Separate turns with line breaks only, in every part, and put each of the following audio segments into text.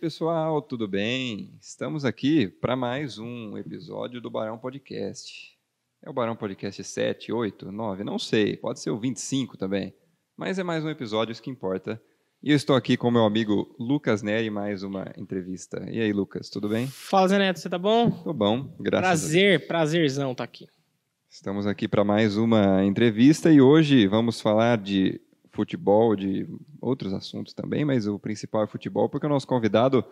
pessoal, tudo bem? Estamos aqui para mais um episódio do Barão Podcast. É o Barão Podcast 7, 8, 9, não sei, pode ser o 25 também, mas é mais um episódio, isso que importa. E eu estou aqui com meu amigo Lucas Neri, mais uma entrevista. E aí, Lucas, tudo bem?
Fala, Zé Neto, você tá bom?
Tudo bom, graças a Deus.
Prazer, prazerzão tá aqui.
Estamos aqui para mais uma entrevista e hoje vamos falar de futebol, de outros assuntos também, mas o principal é futebol, porque o nosso convidado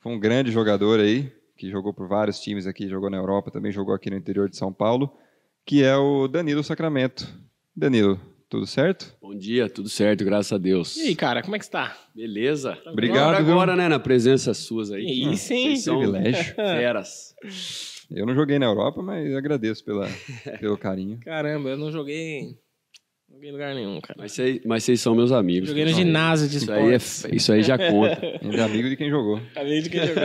foi um grande jogador aí, que jogou por vários times aqui, jogou na Europa, também jogou aqui no interior de São Paulo, que é o Danilo Sacramento. Danilo, tudo certo?
Bom dia, tudo certo, graças a Deus.
E aí, cara, como é que você tá?
Beleza?
Obrigado,
Agora,
viu?
agora, né, na presença suas aí.
Que isso, hein?
Vocês são
Privilégio.
feras.
Eu não joguei na Europa, mas agradeço pela, pelo carinho.
Caramba, eu não joguei. Não joguei em lugar nenhum, cara.
Mas vocês mas vocês são meus amigos.
joguei no
pessoal.
ginásio de
isso aí, é,
esportes.
f- isso aí já conta.
Ainda é amigo de quem jogou.
Acabei de que jogou.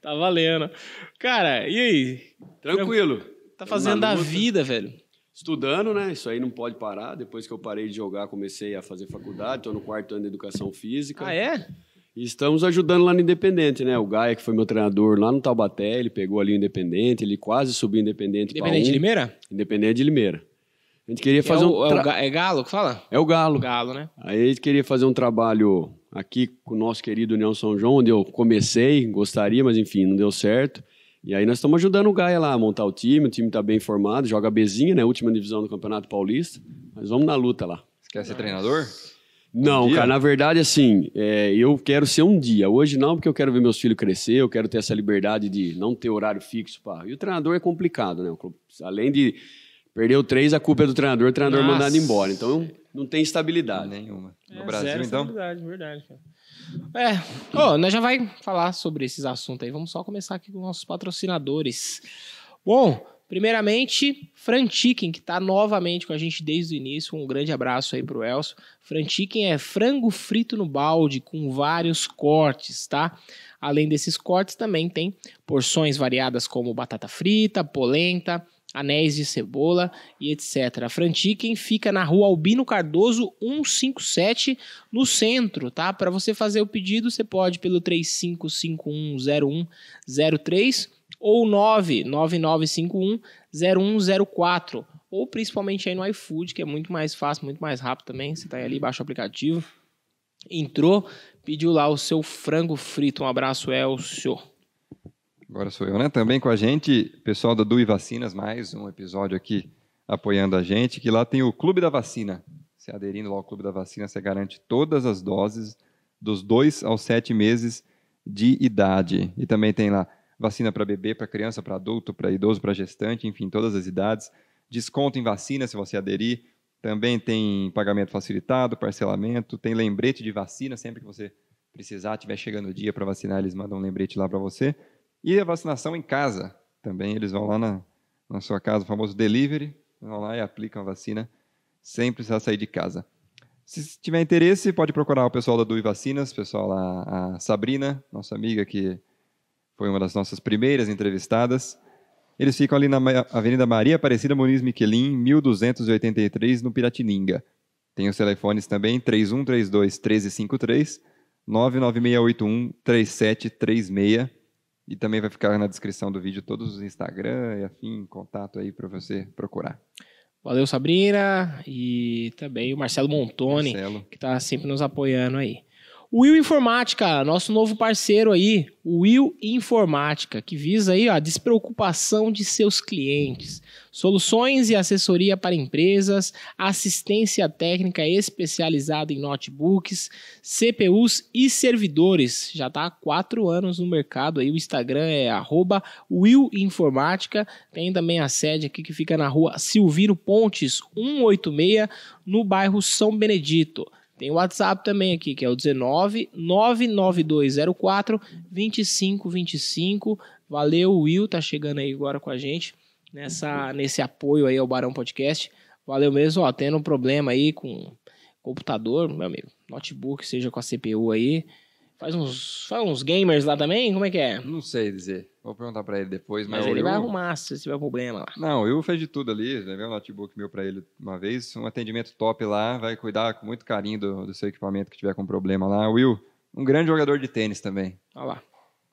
tá valendo. Cara, e aí?
Tranquilo.
Tá
Tamo
fazendo
na
a
luta.
vida, velho.
Estudando, né? Isso aí não pode parar. Depois que eu parei de jogar, comecei a fazer faculdade. Estou no quarto ano de educação física.
Ah, é?
E estamos ajudando lá no Independente, né? O Gaia, que foi meu treinador lá no Taubaté, ele pegou ali o Independente, ele quase subiu Independente pra
Independente de
um.
Limeira?
Independente de Limeira. A gente queria fazer
é,
um.
o, é,
tra-
o ga- é Galo que fala?
É o Galo.
Galo, né?
Aí a gente queria fazer um trabalho aqui com o nosso querido União São João, onde eu comecei, gostaria, mas enfim, não deu certo. E aí nós estamos ajudando o Gaia lá a montar o time, o time está bem formado, joga Bzinha, né? Última divisão do Campeonato Paulista. Mas vamos na luta lá.
Esquece treinador?
Não,
dia.
cara, na verdade, assim, é, eu quero ser um dia. Hoje não, porque eu quero ver meus filhos crescer, eu quero ter essa liberdade de não ter horário fixo. Pá. E o treinador é complicado, né? O clube- Além de perder o três, a culpa é do treinador, o treinador é
Nossa.
mandado embora. Então não tem estabilidade.
Nenhuma. No
É,
Brasil,
zero
então?
estabilidade, verdade, cara. É, ó, nós já vai falar sobre esses assuntos aí. Vamos só começar aqui com nossos patrocinadores. Bom, primeiramente, Frantiquem, que tá novamente com a gente desde o início. Um grande abraço aí pro Elcio. Frantiquem é frango frito no balde com vários cortes, tá? Além desses cortes, também tem porções variadas como batata frita, polenta, anéis de cebola e etc. A Frantiquem fica na rua Albino Cardoso 157, no centro, tá? Para você fazer o pedido, você pode pelo 35510103 ou 999510104 ou principalmente aí no iFood, que é muito mais fácil, muito mais rápido também. Você tá aí ali, baixa o aplicativo, entrou, pediu lá o seu frango frito. Um abraço, Elcio.
Agora sou eu, né? Também com a gente, pessoal da Dui Vacinas, mais um episódio aqui apoiando a gente, que lá tem o Clube da Vacina. Se aderindo lá ao Clube da Vacina, você garante todas as doses dos 2 aos 7 meses de idade. E também tem lá vacina para bebê, para criança, para adulto, para idoso, para gestante, enfim, todas as idades. Desconto em vacina se você aderir. Também tem pagamento facilitado, parcelamento, tem lembrete de vacina sempre que você precisar, tiver chegando o dia para vacinar, eles mandam um lembrete lá para você. E a vacinação em casa também. Eles vão lá na, na sua casa, o famoso delivery, vão lá e aplicam a vacina sem precisar sair de casa. Se tiver interesse, pode procurar o pessoal da Dui Vacinas, o pessoal lá, a Sabrina, nossa amiga que foi uma das nossas primeiras entrevistadas. Eles ficam ali na Ma- Avenida Maria Aparecida Muniz Miquelin, 1283, no Piratininga. Tem os telefones também, 3132 1353, 99681 3736. E também vai ficar na descrição do vídeo todos os Instagram e afim, contato aí para você procurar.
Valeu, Sabrina. E também o Marcelo Montoni.
Marcelo.
que tá sempre nos apoiando aí. Will Informática, nosso novo parceiro aí, Will Informática, que visa aí ó, a despreocupação de seus clientes, soluções e assessoria para empresas, assistência técnica especializada em notebooks, CPUs e servidores. Já está há quatro anos no mercado aí, o Instagram é arroba Will Informática, tem também a sede aqui que fica na rua Silvino Pontes 186, no bairro São Benedito. Tem o WhatsApp também aqui, que é o 19 99204 2525. Valeu, Will, tá chegando aí agora com a gente nessa, nesse apoio aí ao Barão Podcast. Valeu mesmo, ó, tendo um problema aí com computador, meu amigo, notebook, seja com a CPU aí. Faz uns, faz uns gamers lá também? Como é que é?
Não sei dizer. Vou perguntar para ele depois, mas,
Mas ele
eu...
vai arrumar se tiver problema lá.
Não, eu fiz de tudo ali, levei um notebook meu para ele uma vez, um atendimento top lá, vai cuidar com muito carinho do, do seu equipamento que tiver com problema lá. Will, Um grande jogador de tênis também.
Olha lá.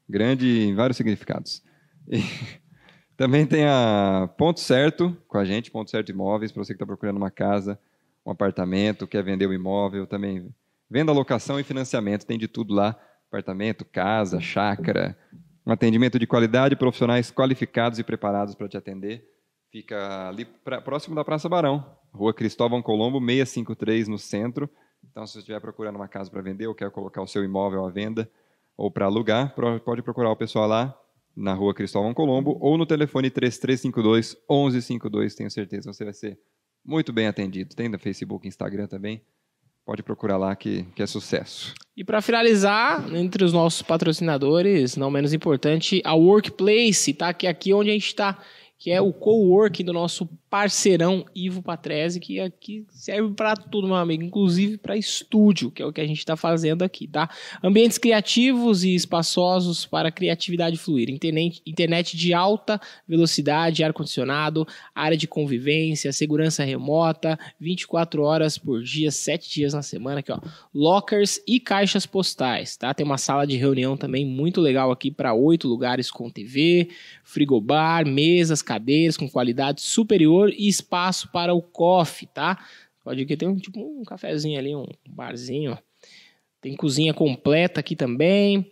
Grande em vários significados. E também tem a Ponto Certo com a gente, Ponto Certo Imóveis, para você que está procurando uma casa, um apartamento, quer vender o imóvel, também venda, locação e financiamento. Tem de tudo lá: apartamento, casa, chácara. Um atendimento de qualidade, profissionais qualificados e preparados para te atender. Fica ali pra- próximo da Praça Barão, Rua Cristóvão Colombo, 653, no centro. Então, se você estiver procurando uma casa para vender ou quer colocar o seu imóvel à venda ou para alugar, pro- pode procurar o pessoal lá na Rua Cristóvão Colombo ou no telefone 3352 1152. Tenho certeza que você vai ser muito bem atendido. Tem no Facebook, Instagram também. Pode procurar lá que, que é sucesso.
E para finalizar, entre os nossos patrocinadores, não menos importante, a Workplace, tá? Que é aqui onde a gente está, que é o coworking do nosso parceirão Ivo Patrese, que aqui serve para tudo, meu amigo, inclusive para estúdio, que é o que a gente está fazendo aqui, tá? Ambientes criativos e espaçosos para a criatividade fluir, internet, internet de alta velocidade, ar-condicionado, área de convivência, segurança remota, 24 horas por dia, 7 dias na semana, aqui ó, lockers e caixas postais, tá? Tem uma sala de reunião também muito legal aqui para oito lugares com TV, frigobar, mesas, cadeiras com qualidade superior e espaço para o coffee, tá? Pode que tem um, tipo um cafezinho ali, um barzinho. Tem cozinha completa aqui também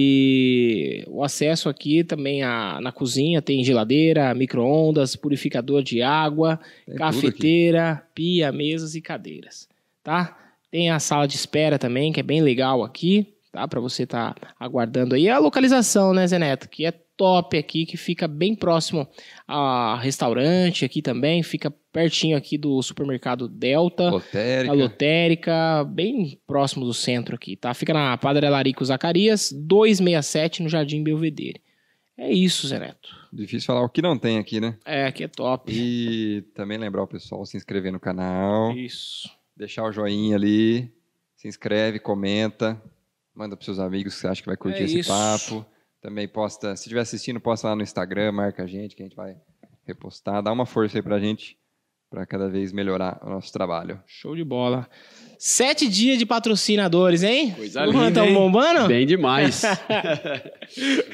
e o acesso aqui também à, na cozinha tem geladeira, micro-ondas, purificador de água,
Tem É tudo aqui.
cafeteira, pia, mesas e cadeiras, tá? Tem a sala de espera também, que é bem legal aqui, tá? Para você estar aguardando aí. E a localização, né, Zé Neto, que é top aqui, que fica bem próximo a restaurante aqui também, fica pertinho aqui do supermercado Delta.
Lotérica.
A lotérica, bem próximo do centro aqui, tá? Fica na Padre Larico Zacarias, 267, no Jardim Belvedere. É isso, Zé Neto.
Difícil falar o que não tem aqui, né?
É, aqui é top.
E também lembrar o pessoal se inscrever no canal,
Isso.
deixar o joinha ali, se inscreve, comenta, manda para seus amigos que você acha que vai curtir
É
esse
isso.
papo. Também posta, se estiver assistindo, posta lá no Instagram, marca a gente que a gente vai repostar, dá uma força aí pra gente para cada vez melhorar o nosso trabalho.
Show de bola. Sete dias de patrocinadores, hein?
Coisa
Não
linda,
tão
hein?
bombando?
Bem demais.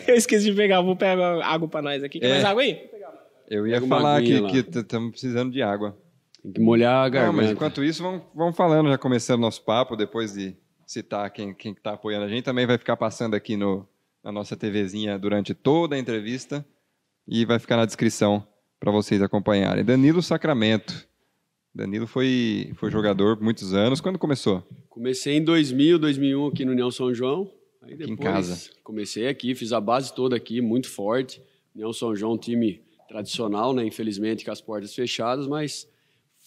Eu esqueci de pegar, vou pegar água pra nós aqui. Quer
É.
mais água aí?
Eu ia
Pega uma
falar
aguinha
que
lá.
estamos precisando de água.
Tem que molhar a
Não, mas
garganta.
enquanto isso, vamos, vamos falando, já começando nosso papo, depois de citar quem está apoiando a gente. Também vai ficar passando aqui no, na nossa TVzinha durante toda a entrevista e vai ficar na descrição para vocês acompanharem. Danilo Sacramento. Danilo foi, foi jogador por muitos anos. Quando começou?
Comecei em 2000, 2001 aqui no União São João. Aí
Aqui
depois
em casa.
Comecei aqui, fiz a base toda aqui, muito forte. União São João, um time tradicional, né? Infelizmente com as portas fechadas, mas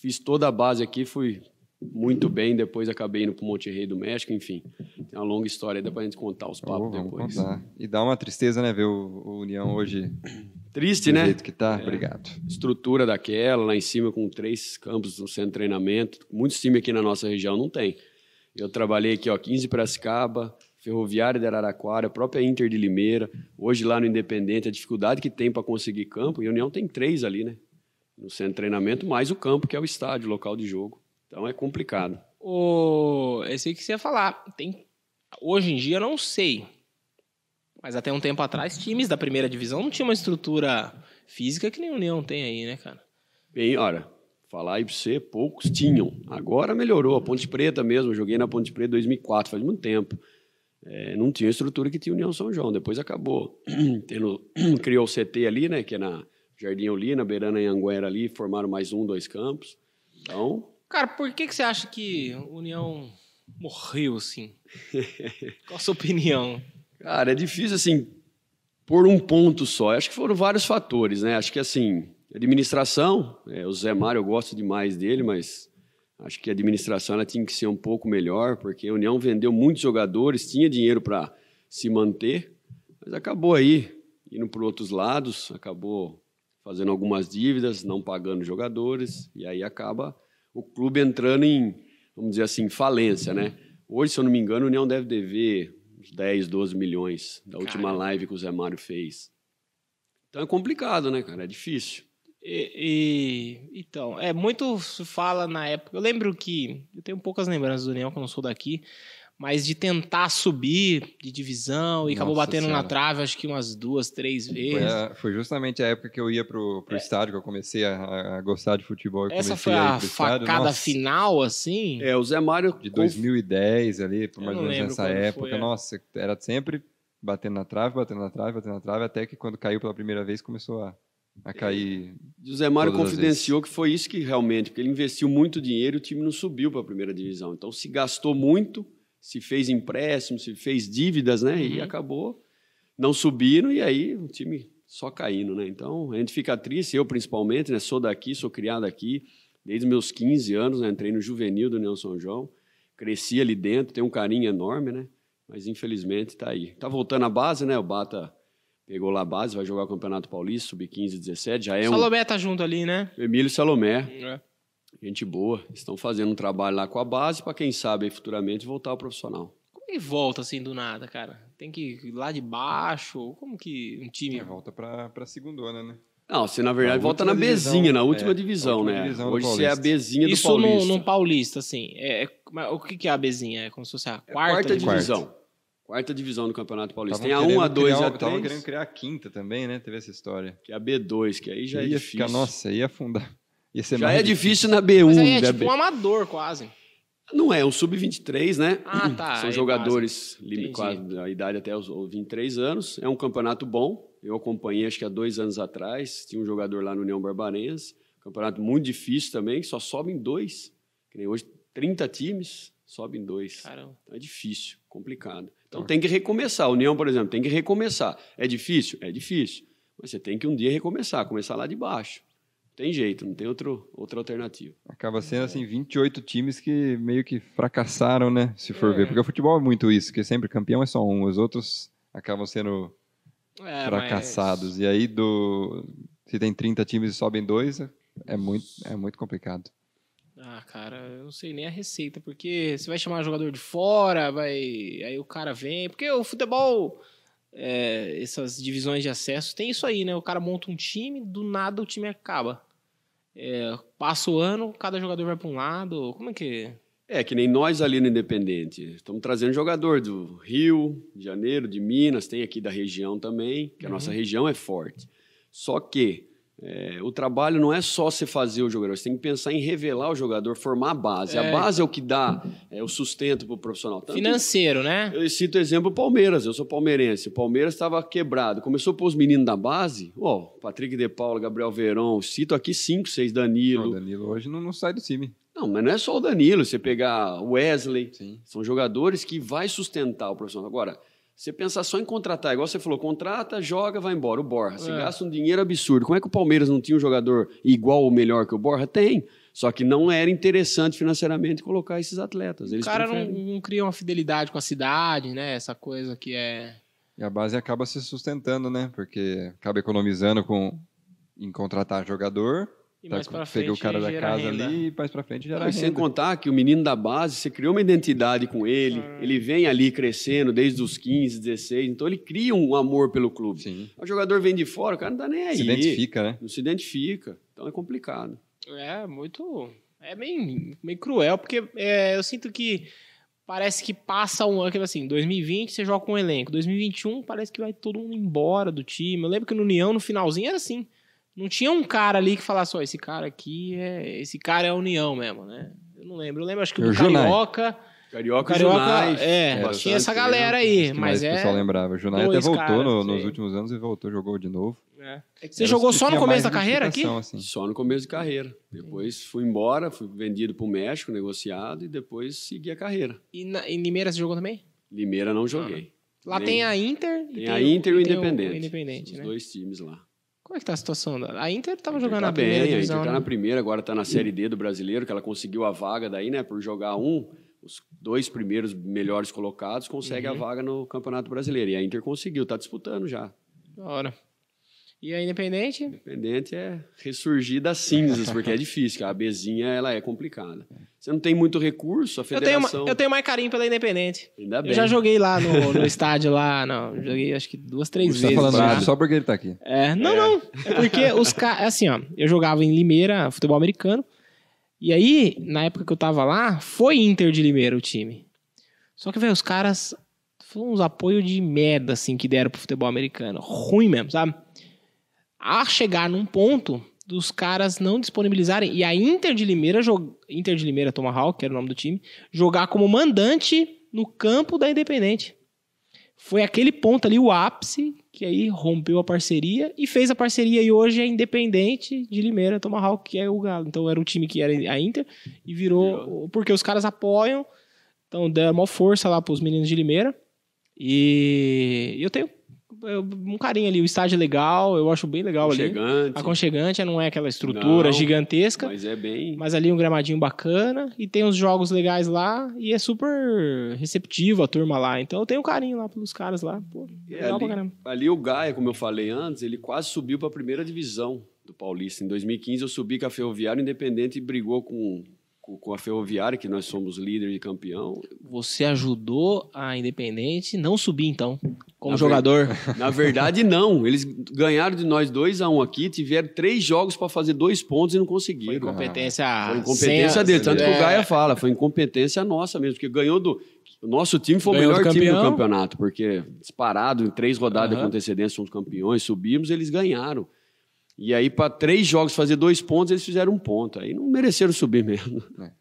fiz toda a base aqui, fui muito bem. Depois acabei indo para Monte Rei do México, enfim. Tem uma longa história, dá para gente contar os
Oh,
papos
vamos
depois.
contar. E dá uma tristeza, né, ver o, o União hoje
Triste,
do
né?
jeito que
É.
tá. Obrigado.
estrutura daquela, lá em cima com três campos no centro de treinamento. Muitos times aqui na nossa região não tem. Eu trabalhei aqui, ó, 15 Piracicaba, Ferroviária de Araraquara, própria Inter de Limeira. Hoje lá no Independente, a dificuldade que tem para conseguir campo, e a União tem três ali, né? No centro de treinamento, mais o campo, que é o estádio, local de jogo. Então é complicado.
Ô, eu sei o que você ia falar. Tem... Hoje em dia eu não sei. Mas até um tempo atrás, times da primeira divisão não tinha uma estrutura física que nem o União tem aí, né, cara?
Bem, olha, falar aí pra você, poucos tinham. Agora melhorou. A Ponte Preta mesmo, eu joguei na Ponte Preta em 2004, faz muito tempo. É, não tinha a estrutura que tinha União São João, depois acabou. Tendo- criou o CT ali, né, que é na Jardim Olina, Beirana e Anguera ali, formaram mais um, dois campos. Então,
Cara, por que, que você acha que o União morreu assim? Qual a sua opinião?
Cara, é difícil, assim, por um ponto só. Eu Acho que foram vários fatores, né? Acho que, assim, administração, é, o Zé Mário, eu gosto demais dele, mas acho que a administração ela tinha que ser um pouco melhor, porque a União vendeu muitos jogadores, tinha dinheiro para se manter, mas acabou aí indo para outros lados, acabou fazendo algumas dívidas, não pagando jogadores, e aí acaba o clube entrando em, vamos dizer assim, falência, né? Hoje, se eu não me engano, a União deve dever uns 10, 12 milhões da última
Caramba.
live que o Zé Mário fez. Então é complicado, né, cara? É difícil.
E, e- então, é muito se fala na época. Eu lembro que eu tenho poucas lembranças do União, que eu não sou daqui, mas de tentar subir de divisão e acabou
Nossa
batendo
Senhora. É,
na trave, acho que umas duas, três
Foi,
vezes.
a- foi justamente a época que eu ia pro, pro estádio, que eu comecei a, a gostar de futebol. e
É. Essa
comecei
foi
a,
a
ir pro estádio.
facada
Nossa,
final, assim?
É, o Zé Mário
De 2010 ali, por
Eu
mais
não
ou menos
lembro
nessa
quando foi,
época.
é.
Nossa, era sempre batendo na trave, batendo na trave, batendo na trave, até que quando caiu pela primeira vez começou a, a cair.
O Zé Mário
Todas as
confidenciou que foi isso que realmente, porque ele investiu muito dinheiro e o time não subiu para a primeira divisão. Então se gastou muito, se fez empréstimo, se fez dívidas, né? E
Uhum.
acabou não subindo e aí o time só caindo, né? Então a gente fica triste, eu principalmente, né? Sou daqui, sou criado aqui desde os meus 15 anos, né? Entrei no juvenil do União São João, cresci ali dentro, tenho um carinho enorme, né? Mas infelizmente tá aí. Tá voltando à base, né? O Bata pegou lá a base, vai jogar o Campeonato Paulista, sub-15, 17, já é um
Salomé tá junto ali, né?
Emílio Salomé,
É.
gente boa, estão fazendo um trabalho lá com a base para quem sabe aí futuramente voltar ao profissional.
Como que volta assim do nada, cara? Tem que ir lá de baixo? Como que um
E
time.
volta pra, pra segundona, né?
Não, você na verdade
Na
volta na
última divisão,
bezinha, na
é,
última
na
divisão,
última
né?
divisão do
Hoje você é a
Paulista.
bezinha
Isso
do Paulista.
No, no Paulista, assim. É, é- mas o que, que é a Bezinha? É como se fosse a quarta,
Quarta
divisão?
divisão. Quarta divisão do Campeonato Paulista.
Tavam
Tem a 1, a
querendo
2 e
criar-
a
Tavam querendo
3,
criar a quinta também, né? Teve essa história.
que é a B2, que aí já é
ia
difícil.
ficar, nossa, ia afundar. Ia ser
já
mais
é difícil na B1.
Mas aí é
da
tipo
B-
um amador, quase.
Não é, é um sub-23, né?
Ah, tá,
São
aí
jogadores lim-
Entendi.
com a, a idade até os os 23 anos. É um campeonato bom. Eu acompanhei acho que há dois anos atrás. Tinha um jogador lá no União Barbarense. Campeonato muito difícil também, que só sobem dois. Que nem hoje, 30 times, sobem dois.
Caramba.
Então é difícil, complicado. Então
Tá.
tem que recomeçar. A União, por exemplo, tem que recomeçar. É difícil? É difícil. Mas você tem que um dia recomeçar, começar lá de baixo. Não tem jeito, não tem outro, outra alternativa.
Acaba sendo assim 28 times que meio que fracassaram, né? Se for
É.
ver, porque o futebol é muito isso, que sempre campeão é só um, os outros acabam sendo
É,
fracassados. E aí do se tem 30 times e sobem dois, é muito é muito complicado.
mas- Ah, cara, eu não sei nem a receita, porque você vai chamar jogador de fora, vai. Aí o cara vem. Porque o futebol, é, essas divisões de acesso, tem isso aí, né? O cara monta um time, do nada o time acaba. É, passa o ano, cada jogador vai pra um lado. Como é que.
É, que nem nós ali no Independente. Estamos trazendo jogador do Rio, de Janeiro, de Minas, tem aqui da região também, que a
Uhum.
nossa região é forte. Só que é, o trabalho não é só você fazer o jogador, você tem que pensar em revelar o jogador, formar a base.
É.
A base é o que dá é, o sustento para o profissional. Tanto-
Financeiro, né?
Eu cito o exemplo do Palmeiras, eu sou palmeirense. O Palmeiras estava quebrado, começou a pôr os meninos da base, ó, Patrick De Paula, Gabriel Verão, cito aqui cinco, seis,
O
Danilo.
Danilo hoje não, não sai do time.
Não, mas não é só o Danilo, você pegar Wesley,
Sim.
são jogadores que vai sustentar o profissional. Agora, você pensar só em contratar, igual você falou, contrata, joga, vai embora. O Borra, você
É.
gasta um dinheiro absurdo. Como é que o Palmeiras não tinha um jogador igual ou melhor que o Borra? Tem. Só que não era interessante financeiramente colocar esses atletas.
O
Eles
cara não,
preferem.
não cria uma fidelidade com a cidade, né? Essa coisa que é.
E a base acaba se sustentando, né? Porque acaba economizando com em contratar jogador,
E
tá,
mais pra frente.
pega o cara da
gera
casa
renda.
ali e mais pra frente gera
Não, e sem
renda.
contar que o menino da base, você criou uma identidade com ele,
Ah.
ele vem ali crescendo desde os 15, 16, então ele cria um amor pelo clube.
Sim.
O jogador vem de fora, o cara não tá nem aí.
Se identifica, né?
Não se identifica. Então é complicado.
É muito. É meio, meio cruel, porque é, eu sinto que parece que passa um ano, que, assim, 2020 você joga com um elenco, 2021 parece que vai todo mundo embora do time. Eu lembro que no União, no finalzinho, era assim. Não tinha um cara ali que falasse, ó, esse cara aqui é. Esse cara é a União mesmo, né? Eu não lembro. Eu lembro, acho que
E
do
o Junai?
Carioca.
Carioca,
Carioca,
Junais,
é,
tinha
bastante,
essa
né?
galera aí.
Acho que
mas
mais o
é-
pessoal lembrava. O Junai até
dois
voltou
caras,
no-
não
nos
sei.
últos anos e voltou, jogou de novo.
é.
É,
Você
Era
jogou
os que
só no
tinha
começo
mais
da carreira aqui?
identificação, assim.
Só no começo de carreira. Depois fui embora, fui vendido para o México, negociado e depois segui a carreira.
E na, em Limeira você jogou também?
Limeira não joguei.
Lá
Nem-
tem a Inter
Tem, a Inter e o
tem
Independente.
Independente,
Os
né?
dois times lá.
Como é que tá a situação? da- A Inter tava
A Inter
jogando
tá
na primeira
bem,
divisão,
A Inter tá
né?
na primeira, agora tá na Série D do Brasileiro, que ela conseguiu a vaga daí, né? Por jogar um, os dois primeiros melhores colocados conseguem
Uhum.
a vaga no Campeonato Brasileiro. E a Inter conseguiu, tá disputando já.
Da hora. E a Independente?
Independente é ressurgir das cinzas, porque é difícil, cara. a Bzinha ela é complicada. Você não tem muito recurso, a
Eu tenho, ma-
federação...
eu tenho mais carinho pela Independente.
Ainda bem.
Eu já joguei lá no, no estádio lá, não. Joguei acho que duas, três
Você tá
vezes. né?
falando
lá.
isso só porque ele tá aqui.
É, não, não. É porque os caras. Assim, ó, eu jogava em Limeira, futebol americano. E aí, na época que eu tava lá, foi Inter de Limeira o time. Só que, velho, os caras. Foram uns apoios de merda, assim, que deram pro futebol americano. Ruim mesmo, sabe? A chegar num ponto dos caras não disponibilizarem e a Inter de Limeira, jog... Inter de Limeira Tomahawk, que era o nome do time, jogar como mandante no campo da Independente. Foi aquele ponto ali, o ápice, que aí rompeu a parceria e fez a parceria e hoje é Independente de Limeira Tomahawk, que é o Galo. Então era o time que era a Inter e virou... Porque os caras apoiam, então deram maior força lá pros meninos de Limeira. E eu tenho eu- um carinho ali, o estádio é legal, eu acho bem legal Tá ali.
Chegante,
Aconchegante, né? não é aquela estrutura
Não,
gigantesca,
mas é bem...
mas ali um gramadinho bacana e tem uns jogos legais lá e é super receptivo a turma lá. Então eu tenho um carinho lá pelos caras lá. Pô,
É,
legal pra
ali,
caramba.
ali o Gaia, como eu falei antes, ele quase subiu para a primeira divisão do Paulista. Em 2015 eu subi com a Ferroviária Independente e brigou com, com, com a Ferroviária, que nós somos líder e campeão.
Você ajudou a Independente não subir então, como
Na
jogador.
Na verdade, não. Eles ganharam de nós 2 a 1 um aqui, tiveram três jogos para fazer dois pontos e não
Foi
conseguiram.
incompetência.
Foi incompetência
sem a-
dele. Tanto que
Ah, é,
o Gaia fala, foi incompetência nossa mesmo, porque ganhou do. O nosso time foi
Ganhou
o
do
melhor time do
campeão.
campeonato, porque disparado em três rodadas
Aham.
com antecedência, somos campeões, subimos, eles ganharam. E aí, para três jogos fazer dois pontos, eles fizeram um ponto. Aí não mereceram subir mesmo.
Três jogos.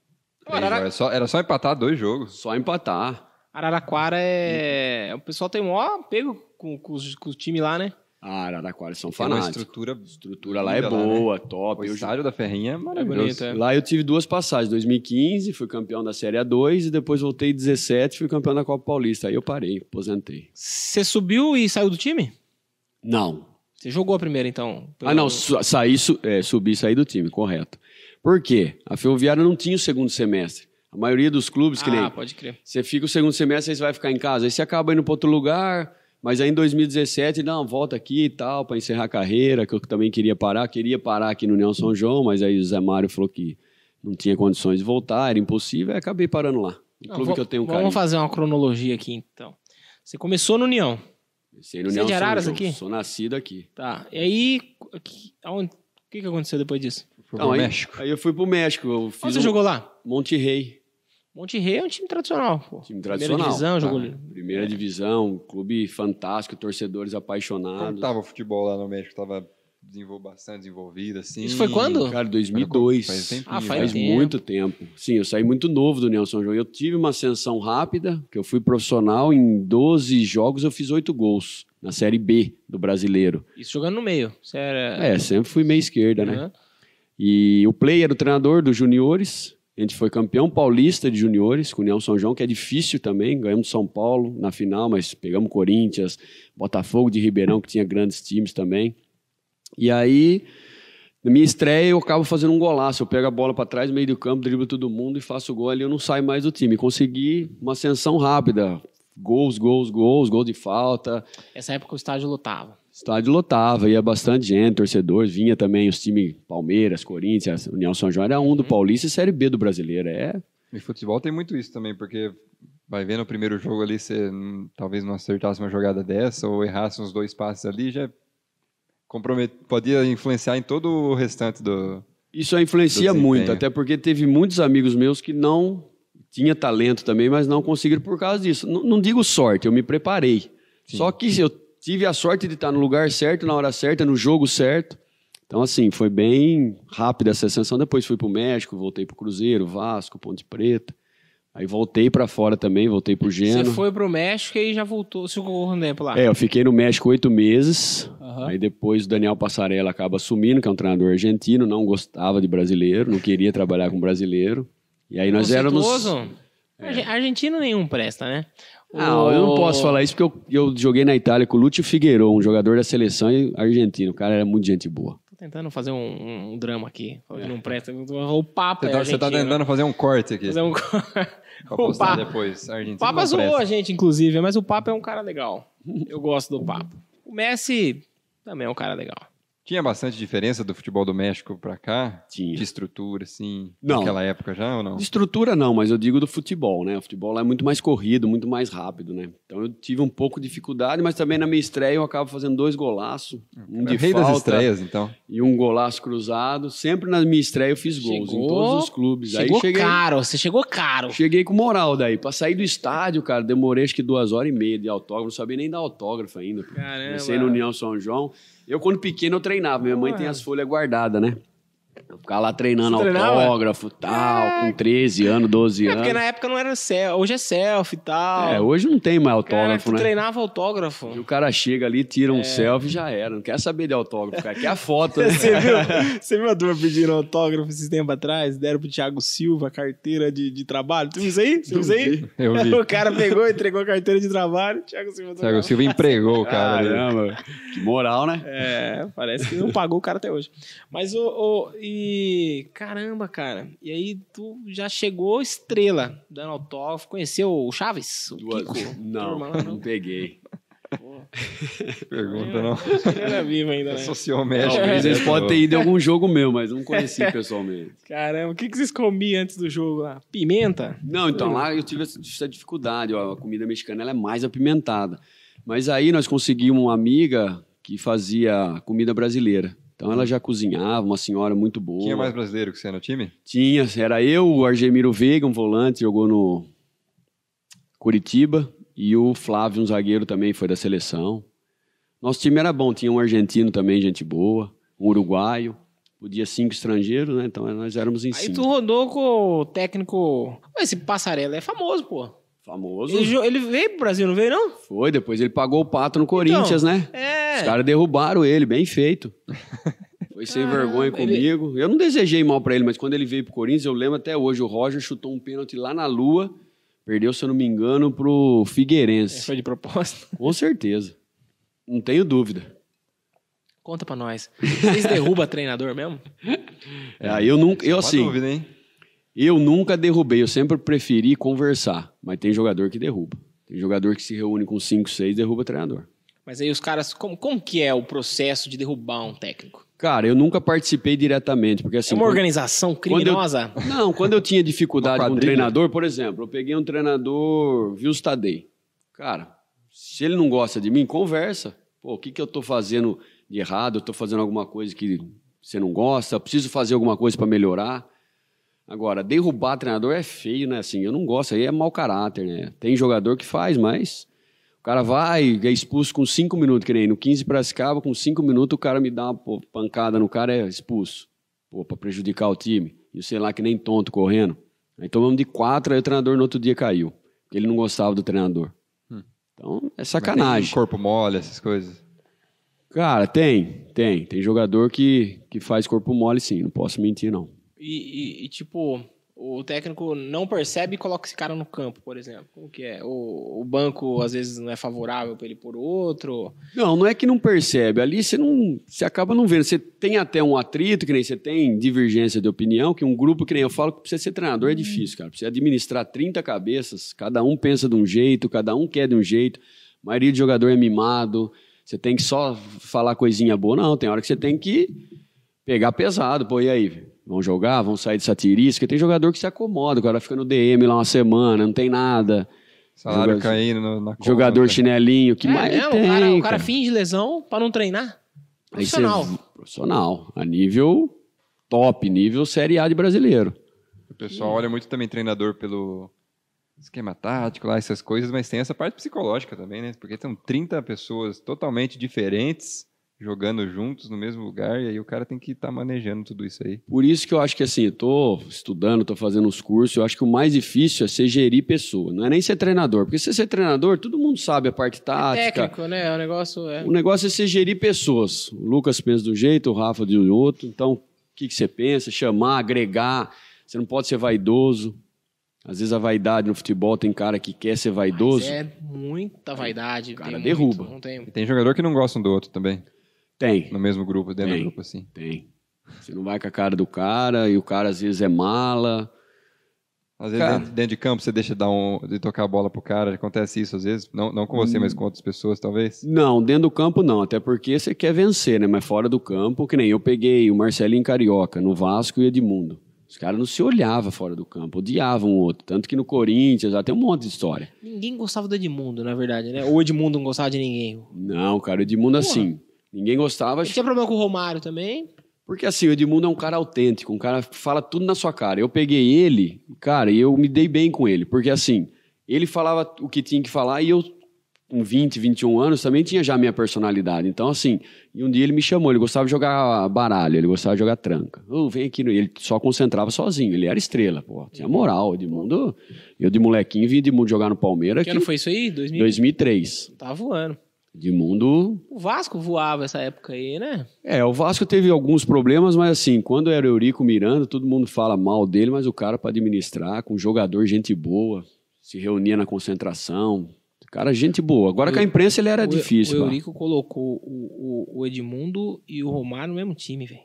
Era só, era só empatar dois jogos.
Só empatar.
Araraquara é. O pessoal tem maior apego com, com os- com o time lá, né?
Ah, Araraquara são
Foi uma
fanáticos.
estrutura.
A estrutura lá é
linda lá, né?
boa, top.
O
Eu
estádio da Ferrinha é maravilhoso.
bonito, é.
Lá eu tive duas passagens, 2015, fui campeão da Série A2 e depois voltei em 17, fui campeão da Copa Paulista. Aí eu parei, aposentei.
Você subiu e saiu do time?
Não.
Você jogou a primeira então?
Ah, não, su saí, su é, subi e saí do time, correto. Por quê? A Ferroviária não tinha o segundo semestre. A maioria dos clubes, que
Ah,
nem.
pode crer.
Você fica o segundo semestre, aí você vai ficar em casa. Aí você acaba indo para outro lugar, mas aí em 2017, não, volta aqui e tal, para encerrar a carreira, que eu também queria parar. Queria parar aqui no União São
Hum.
João, mas aí o Zé Mário falou que não tinha condições de voltar, era impossível, aí acabei parando lá. O
Não,
clube
vou-
que eu tenho um
Vamos
carinho.
fazer uma cronologia aqui, então. Você começou no União.
Comecei no
Você é
União
de
São
Araras
João,
aqui?
Sou nascido aqui.
Tá. E aí, o que, aonde- o que, que aconteceu depois disso?
Foi
Então,
pro
aí,
México.
aí eu fui pro México. Eu fiz
Onde você
um
jogou lá?
Monte Rey,
Monte Rei é um time tradicional, pô.
time
Primeira
tradicional.
divisão, jogou.
Tá.
Primeira divisão, clube fantástico, torcedores
Como
apaixonados.
tava o futebol lá no México? Tava desenvol... bastante desenvolvido, assim.
Isso foi quando?
Cara, 2002.
Faz tempinho, né?
Ah, faz
Faz
tempo.
muito tempo. Sim, eu saí muito novo do Nelson João. Eu tive uma ascensão rápida, que eu fui profissional em 12 jogos, eu fiz 8 gols na Série B do brasileiro.
Isso jogando no meio. Você era.
É, sempre fui meia esquerda, né?
Aham.
E o Play era o treinador dos juniores. A gente foi campeão paulista de juniores com o União São João, que é difícil também. Ganhamos São Paulo na final, mas pegamos Corinthians, Botafogo de Ribeirão, que tinha grandes times também. E aí, na minha estreia, eu acabo fazendo um golaço. Eu pego a bola para trás, meio do campo, driblo todo mundo e faço o gol ali. Eu não saio mais do time. Consegui uma ascensão rápida. Gols, gols, gols, gol de falta.
Essa época o estádio lotava.
Estádio lotava, ia bastante gente, torcedores, vinha também os times Palmeiras, Corinthians, União São João, era um
Uhum.
do Paulista e Série B do Brasileiro, é.
E futebol tem muito isso também, porque vai ver no primeiro jogo ali, você hum, talvez não acertasse uma jogada dessa, ou errasse uns dois passes ali, já compromet... podia influenciar em todo o restante do...
Isso aí influencia
Do desempenho.
muito, até porque teve muitos amigos meus que não tinha talento também, mas não conseguiram por causa disso. N- não digo sorte, eu me preparei. Só que eu tive a sorte de estar no lugar certo, na hora certa, no jogo certo. Então, assim, foi bem rápida essa ascensão. Depois fui para o México, voltei para o Cruzeiro, Vasco, Ponte Preta. Aí voltei para fora também, voltei para o Gênero.
Você foi pro México e já voltou. Você jogou quanto tempo lá?
É, eu fiquei no México oito meses.
Tá. Aham.
Aí depois o Daniel Passarella acaba assumindo, que é um treinador argentino, não gostava de brasileiro, não queria trabalhar com brasileiro. E aí nós éramos. É.
Conceituoso? Arge- Argentino nenhum presta, né?
Não, Ah,
Ah,
eu não posso falar isso porque eu, eu joguei na Itália com o Lúcio Figueiredo, um jogador da seleção e argentino. O cara era muito gente boa.
Tô tentando fazer um, um- um drama aqui. Falando que não presta. O
Você
Papa é
tá, você tá
argentino.
tentando fazer um corte aqui,
Fazer um...
pra
o
postar
Papa.
depois. Argentina
O Papa
não
zoou
presta.
a gente, inclusive, mas o Papa é um cara legal. Eu gosto do Papa. O Messi também é um cara legal.
Tinha bastante diferença do futebol do México para cá?
Tinha.
De estrutura, assim,
Não.
naquela época já ou não?
De estrutura não, mas eu digo do futebol, né? O futebol lá é muito mais corrido, muito mais rápido, né? Então eu tive um pouco de dificuldade, mas também na minha estreia eu acabo fazendo dois golaços, um
É
de
o rei das
falta
estreias, então.
e um golaço cruzado. Sempre na minha estreia eu fiz gols em
Chegou-
todos os clubes.
Chegou
Aí cheguei,
caro, você chegou caro.
cheguei com moral daí. Pra sair do estádio, cara, demorei acho que duas horas e meia de autógrafo, não sabia nem dar autógrafo ainda. pô.
Caramba.
Comecei no União São João. Eu, quando pequeno, eu treinava. Minha mãe
Ué.
tem as folhas guardadas, né? Eu ficava lá treinando
Você treinava?
autógrafo, tal, com 13 anos, 12
É,
anos.
porque na época não era selfie, hoje é selfie e tal.
É, hoje não tem mais
Cara,
autógrafo,
tu
né?
treinava autógrafo.
E o cara chega ali, tira
É.
um selfie e já era. Não quer saber de autógrafo, cara. Quer a foto, né?
Você viu, você viu a turma pedindo autógrafo esses tempos atrás? Deram pro Thiago Silva a carteira de, de trabalho. Tu viu isso aí? Tu viu isso aí?
Eu vi.
O cara pegou, entregou a carteira de trabalho, Thiago Silva
Thiago
autografou.
Silva empregou o cara. ali.
Caramba, que moral, né?
É, parece que não pagou o cara até hoje. Mas o. e. Caramba, cara. E aí tu já chegou estrela dando autógrafo, conheceu o Chaves? O
Duas-
Kiko?
Não,
Turma lá,
não
não.
peguei.
Pô,
Pergunta, não.
ele era vivo ainda, né?
Associou o México.
Talvez
né,
É, eles podem
pô.
ter ido em algum jogo meu, mas não conheci pessoalmente.
Caramba, o que, que vocês comiam antes do jogo lá? Pimenta?
Não, então lá eu tive essa- essa dificuldade. ó, a comida mexicana ela é mais apimentada. Mas aí nós conseguimos uma amiga que fazia comida brasileira. Então ela já cozinhava, uma senhora muito boa.
Tinha é mais brasileiro que você no time?
Tinha, era eu, o Argemiro Veiga, um volante, jogou no Curitiba, e o Flávio, um zagueiro também, foi da seleção. Nosso time era bom, tinha um argentino também, gente boa, um uruguaio, podia cinco estrangeiros, né? Então nós éramos em
Aí
cinco.
tu rodou com o técnico. Mas Esse passarela é famoso, pô.
Famoso.
Ele, jo- ele veio pro Brasil, não veio, não?
Foi, depois ele pagou o pato
Então,
no Corinthians, né? Os
É.
caras derrubaram ele, bem feito. Foi sem
Caramba,
vergonha
Ah, ele-
comigo. Eu não desejei mal pra ele, mas quando ele veio pro Corinthians, eu lembro até hoje, o Roger chutou um pênalti lá na lua, perdeu, se eu não me engano, pro
É,
Figueirense.
Foi de propósito.
Com certeza. Não tenho dúvida.
Conta pra nós. Vocês derrubam treinador mesmo?
É, eu nunca, eu
Uma
assim,
dúvida, hein?
eu nunca derrubei, eu sempre preferi conversar, mas tem jogador que derruba. Tem jogador que se reúne com 5, 6 derruba treinador.
Mas aí os caras. Como, como que é o processo de derrubar um técnico?
Cara, eu nunca participei diretamente, porque
é
assim,
uma
quando-
organização
eu-
criminosa?
Não, quando eu tinha dificuldade
Uma
com o
quadrilha.
treinador, por exemplo, eu peguei um treinador, viu o Tadei. Cara, se ele não gosta de mim, conversa. Pô, o que, que eu tô fazendo de errado? Eu tô fazendo alguma coisa que você não gosta? Preciso fazer alguma coisa para melhorar? Agora, derrubar treinador é feio, né? Assim, eu não gosto, aí é mau caráter, né? Tem jogador que faz, mas o cara vai, é expulso com cinco minutos, que nem no 15 para Piracicaba, com cinco minutos o cara me dá uma pô, pancada no cara, é expulso. Pô, pra prejudicar o time. E sei lá, que nem tonto correndo. Aí tomamos de quatro, aí o treinador no outro dia caiu. Porque ele não gostava do treinador.
Hum.
Então, é
Mas
sacanagem.
tem um- Corpo mole, essas coisas.
Cara, tem, tem. Tem jogador que, que faz corpo mole, sim. Não posso mentir, não.
E, e- e, tipo, o técnico não percebe e coloca esse cara no campo, por exemplo. Como que é? O, o banco às vezes não é favorável pra ele por outro.
Não, não é que não percebe. Ali você não, você acaba não vendo. Você tem até um atrito, que nem você tem divergência de opinião, que um grupo, que nem eu falo, que pra você ser treinador é
Uhum.
difícil, cara. Pra você administrar 30 cabeças, cada um pensa de um jeito, cada um quer de um jeito. A maioria de jogador é mimado. Você tem que só falar coisinha boa. Não, tem hora que você tem que pegar pesado. Pô, e aí? Vão jogar? Vão sair dessa tirisca? Tem jogador que se acomoda, o cara fica no DM lá uma semana, não tem nada.
Salário
Jogador-
caindo no- na conta.
Jogador chinelinho, que
É
mais
mesmo?
tem,
o, cara, o cara
cara?
finge lesão pra não treinar?
Aí você-
Profissional. É
profissional. A nível top, nível Série A de brasileiro.
O pessoal olha muito também treinador pelo esquema tático, lá, essas coisas, mas tem essa parte psicológica também, né? Porque são 30 pessoas totalmente diferentes jogando juntos no mesmo lugar, e aí o cara tem que estar manejando tudo isso aí.
Por isso que eu acho que assim, eu tô estudando, tô fazendo os cursos, eu acho que o mais difícil é você gerir pessoa, não é nem ser treinador. Porque se você ser treinador, todo mundo sabe a parte
é
tática.
técnico, né? O negócio é.
o negócio é você gerir pessoas. O Lucas pensa de um jeito, o Rafa de um outro. Então, o que, que você pensa? Chamar, agregar. Você não pode ser vaidoso. Às vezes a vaidade no futebol tem cara que quer ser vaidoso.
Mas é muita vaidade.
Cara,
tem
derruba.
muito, não tem...
E tem jogador que não gosta um do outro também,
Tem.
no mesmo grupo, dentro
Tem.
do grupo, assim.
Tem. Você não vai com a cara do cara, e o cara às vezes é mala.
Às vezes,
Cara.
dentro, dentro de campo, você deixa de, dar um, de tocar a bola pro cara. Acontece isso às vezes. Não, não com você, mas com outras pessoas, talvez.
Não, dentro do campo não, até porque você quer vencer, né? Mas fora do campo, que nem eu peguei o Marcelinho Carioca no Vasco e o Edmundo. Os caras não se olhavam fora do campo, odiavam o outro. Tanto que no Corinthians, já tem um monte de história.
Ninguém gostava do Edmundo, na verdade, né? O Edmundo não gostava de ninguém.
Não, cara, o Edmundo assim. Ninguém gostava.
Ele tinha problema com o Romário também.
Porque assim, o Edmundo é um cara autêntico, um cara que fala tudo na sua cara. Eu peguei ele, cara, e eu me dei bem com ele. Porque assim, ele falava o que tinha que falar e eu, com 20, 21 anos, também tinha já a minha personalidade. Então assim, e um dia ele me chamou, ele gostava de jogar baralho, ele gostava de jogar tranca. Ô, vem aqui, no... ele só concentrava sozinho, ele era estrela, pô. Tinha moral, o Edmundo... Eu de molequinho vi Edmundo jogar no Palmeiras.
Que
que-
ano foi isso aí? 2000?
2003.
Tá voando.
Edmundo
O Vasco voava essa época aí, né?
É, o Vasco teve alguns problemas, mas assim, quando era o Eurico Miranda, todo mundo fala mal dele, mas o cara para administrar, com jogador, gente boa, se reunia na concentração. Cara, gente boa. Agora com a imprensa ele era
o,
difícil.
O
lá.
Eurico colocou o, o- o Edmundo e o Romário no mesmo time, velho.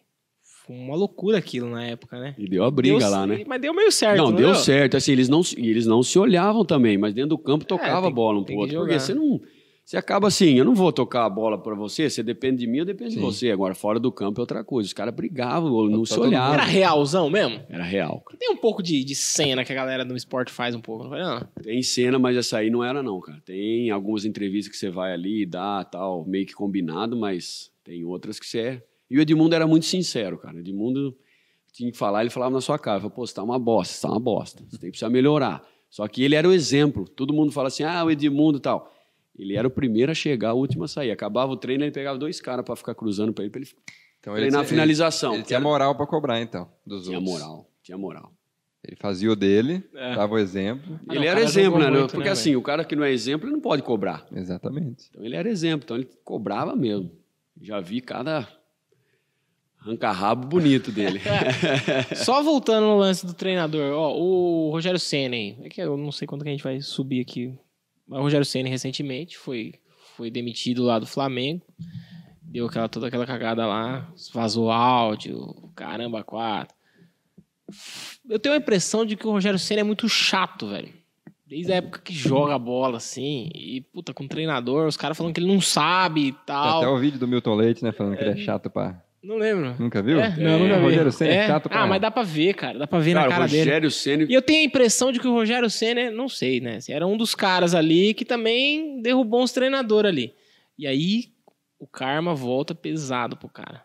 Foi uma loucura aquilo na época, né?
E deu a briga
Deu-
lá, né?
Mas deu meio certo,
não,
não,
deu certo. Assim, eles não, se- e eles não se olhavam também, mas dentro do campo tocava
É, tem-
a bola um pro
tem que
outro. Porque
jogar.
você não. Você acaba assim, eu não vou tocar a bola pra você, você depende de mim, eu dependo de
Sim.
você. Agora, fora do campo é outra coisa. Os caras brigavam, não
Tá
se
todo mundo-
Era
olhavam.
realzão mesmo?
Era real.
Tem um pouco de, de cena que a galera do esporte faz um pouco, não foi não?
Tem cena, mas essa aí não era, não, cara. Tem algumas entrevistas que você vai ali e dá, tal, meio que combinado, mas tem outras que você é. E o Edmundo era muito sincero, cara. O Edmundo tinha que falar, ele falava na sua cara, falava, pô, você tá uma bosta, você tá uma bosta, você tem que precisar melhorar. Só que ele era o exemplo. Todo mundo fala assim, ah, o Edmundo e tal. Ele era o primeiro a chegar, o último a sair. Acabava o treino, ele pegava dois caras pra ficar cruzando pra ele, pra ele
Então,
treinar a finalização.
Ele, ele tinha moral pra cobrar, então, dos
Tinha
outros.
moral, tinha moral.
Ele fazia o dele,
É.
dava o exemplo.
Ah, não,
ele
o
era
cara
exemplo,
jogou
né?
muito,
Porque
né,
assim, o cara que não é exemplo, ele não pode cobrar.
Exatamente.
Então ele era exemplo, então ele cobrava mesmo. Já vi cada arranca-rabo bonito dele.
Só voltando no lance do treinador, ó, o Rogério Senna, hein? É que eu não sei quando que a gente vai subir aqui. Mas o Rogério Senna recentemente foi, foi demitido lá do Flamengo. Deu aquela, toda aquela cagada lá, vazou áudio, caramba, quatro. Eu tenho a impressão de que o Rogério Senna é muito chato, velho. Desde a época que joga bola, assim, e puta, com o treinador, os caras falando que ele não sabe e
Tem
tal.
Tá até o vídeo do Milton Leite, né? Falando que ele é chato pra.
Não lembro.
Nunca viu?
É, não, nunca vi.
O Rogério Senna é
É?
chato pra.
Ah, mas dá pra ver, cara. Dá pra ver
Cara,
na cara
o
dele.
Rogério Ceni
E eu tenho a impressão de que o Rogério Senna, não sei, né? se Era um dos caras ali que também derrubou uns treinadores ali. E aí o karma volta pesado pro cara.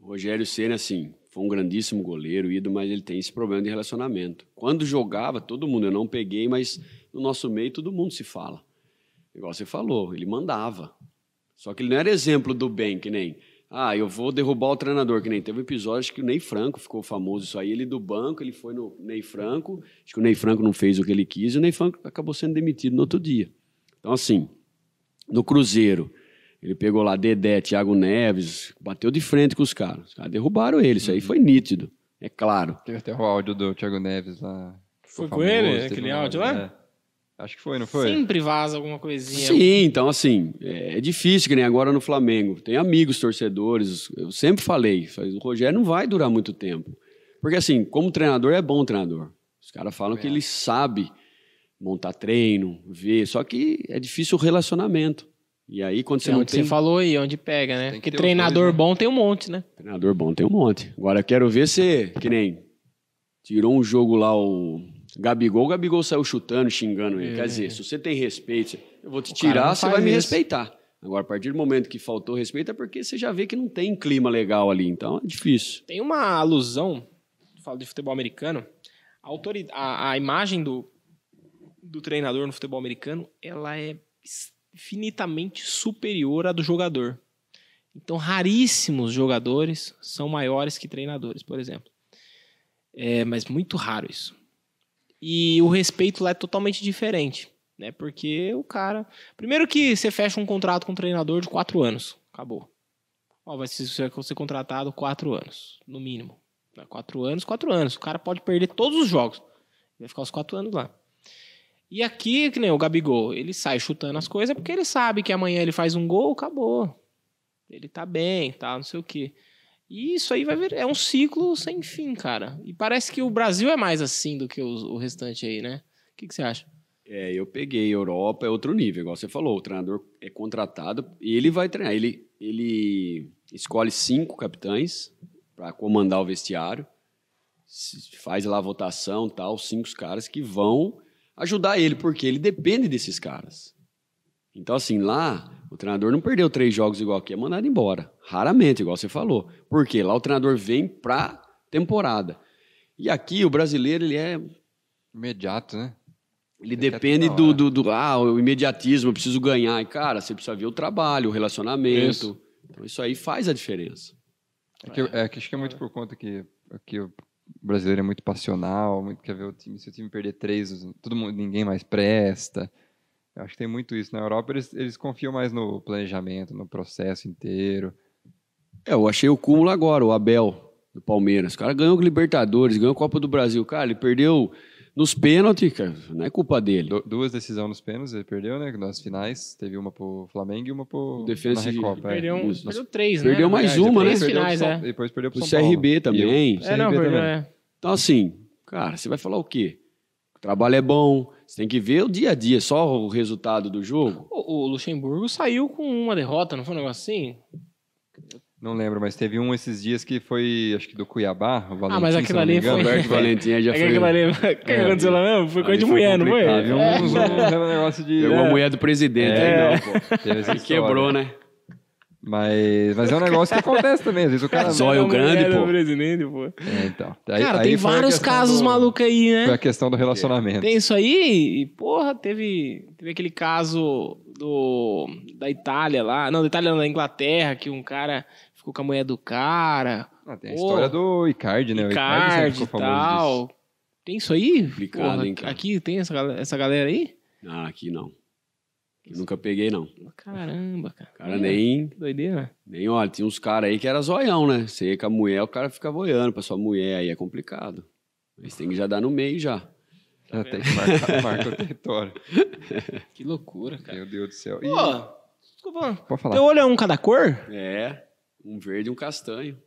O Rogério Ceni assim, foi um grandíssimo goleiro, ídolo, mas ele tem esse problema de relacionamento. Quando jogava, todo mundo, eu não peguei, mas no nosso meio todo mundo se fala. Igual você falou, ele mandava. Só que ele não era exemplo do bem, que nem. Ah, eu vou derrubar o treinador, que nem teve um episódio acho que o Ney Franco ficou famoso isso aí. Ele do banco, ele foi no Ney Franco. Acho que o Ney Franco não fez o que ele quis e o Ney Franco acabou sendo demitido no outro dia. Então, assim, no Cruzeiro, ele pegou lá Dedé, Thiago Neves, bateu de frente com os caras. Os caras derrubaram ele, isso aí foi nítido, é claro.
Teve até o áudio do Thiago Neves lá.
Foi
Ficou
com ele,
teve
aquele
um
áudio lá?
é. Acho que foi, não foi?
Sempre vaza alguma coisinha.
Sim, então assim, é é difícil que nem agora no Flamengo. Tem amigos torcedores, eu sempre falei, falei, o Rogério não vai durar muito tempo. Porque assim, como treinador é bom treinador. Os caras falam que ele sabe montar treino, ver, só que é difícil o relacionamento. E aí quando você
É
não
onde
tem
você falou aí, onde pega, né?
Tem que
Porque
ter os
treinador
dois, né?
bom tem um monte, né?
Treinador bom tem um monte. Agora eu quero ver se, que nem, tirou um jogo lá o Gabigol, o Gabigol saiu chutando, xingando ele.
É.
Quer dizer, se você tem respeito, eu vou te
O cara
tirar,
não
você
faz
vai me
isso.
respeitar. Agora, a partir do momento que faltou respeito, é porque você já vê que não tem clima legal ali, então é difícil.
Tem uma alusão, falo de futebol americano, a, autori- a, a imagem do, do treinador no futebol americano, ela é infinitamente superior à do jogador. Então, raríssimos jogadores são maiores que treinadores, por exemplo. É, mas muito raro isso. E o respeito lá é totalmente diferente, né? Porque o cara... Primeiro que você fecha um contrato com um treinador de quatro anos. Acabou. Ó, vai ser, você vai ser contratado quatro anos, no mínimo. Né, Quatro anos, quatro anos. O cara pode perder todos os jogos. Vai ficar os quatro anos lá. E aqui, que nem o Gabigol, ele sai chutando as coisas porque ele sabe que amanhã ele faz um gol, acabou. Ele tá bem, tá, não sei o quê. E isso aí vai vir, é um ciclo sem fim, cara. E parece que o Brasil é mais assim do que os- o restante aí, né? O que, que você acha?
É, eu peguei Europa, é outro nível, igual você falou, o treinador é contratado e ele vai treinar. Ele, ele escolhe cinco capitães para comandar o vestiário, se- faz lá a votação tal, cinco caras que vão ajudar ele, porque ele depende desses caras. Então, assim, lá o treinador não perdeu três jogos igual aqui, é mandado embora. Raramente, igual você falou. Porque lá o treinador vem pra temporada. E aqui o brasileiro ele é
Imediato, né?
ele
Ele quer
depende
tudo na
do,
hora.
do, do- ah, o imediatismo, eu preciso ganhar. E, cara, você precisa ver o trabalho, o relacionamento.
Isso.
Então isso aí faz a diferença.
É que, eu- é que acho que é muito por conta que, que o brasileiro é muito passional, muito quer ver o time. Se o time perder três, todo mundo, ninguém mais presta. Eu acho que tem muito isso. Na Europa, eles, eles confiam mais no planejamento, no processo inteiro.
É, eu achei o cúmulo agora, o Abel do Palmeiras. O cara ganhou com Libertadores, ganhou a Copa do Brasil. Cara, ele perdeu nos pênaltis, cara. Não é culpa dele.
Du- duas decisões nos pênaltis, ele perdeu, né? Nas finais, teve uma pro Flamengo e uma pro
Defensa
na
de-
Recopa. é.
Perdeu, um-
Isso.
perdeu três, né?
Perdeu
na
mais
verdade.
uma, né?
Depois
Três
perdeu pro
finais,
São-
é.
Depois perdeu pro
O
São Paulo.
CRB também.
E o- pro
É, não,
CRB
perdeu,
também.
é.
Então, assim, cara, você vai falar o quê? O trabalho é bom, você tem que ver o dia a dia, só o resultado do jogo.
O, o Luxemburgo saiu com uma derrota, não foi um negócio assim?
Não lembro, mas teve um esses dias que foi, acho que do Cuiabá, o Valentim,
Ah, mas
se
aquilo
não me
ali
engano.
foi-
Roberto Valentim aí já
é
foi.
que aquilo ali- o que
É,
aconteceu lá mesmo? Foi
ali
coisa de
foi
mulher, não foi?
complicado,
Teve
viu?
um,
É.
um, um negócio de...
Pegou a mulher do presidente
É.
aí, não, pô.
Teve essa
Aí
história.
quebrou, né?
Mas, mas é um negócio que acontece também. Às vezes o cara.
É, Só eu
Era uma É. mulher
grande, pô.
do presidente, pô.
É, então. Aí-
Cara,
aí
tem
foi a
vários
questão
casos
do-
malucos aí, né?
Foi a questão do relacionamento.
Tem isso aí, e porra, teve, teve aquele caso do da Itália lá, não, da Itália não, da Inglaterra, que um cara ficou com a mulher do cara,
Ah, tem a
Pô.
história do Icardi,
É,
né? O Icardi sempre
card e
ficou famoso disso.
tal. Tem isso aí?
Complicado,
Porra,
hein, cara.
Aqui tem essa, gal- essa galera aí?
Ah, aqui não. Eu nunca peguei, não.
Caramba, cara.
O cara nem,
Que doideira.
nem olha. Tinha uns caras aí que era zoião, né? Você ia com a mulher, o cara fica boiando pra sua mulher, aí é complicado. Mas tem que já dar no meio já.
Já Ah, tem que marcar, marca o território.
Que loucura, cara.
Meu Deus do céu. E-
Pô, desculpa.
pode falar.
Teu olho é um cada cor?
É, um verde e um castanho.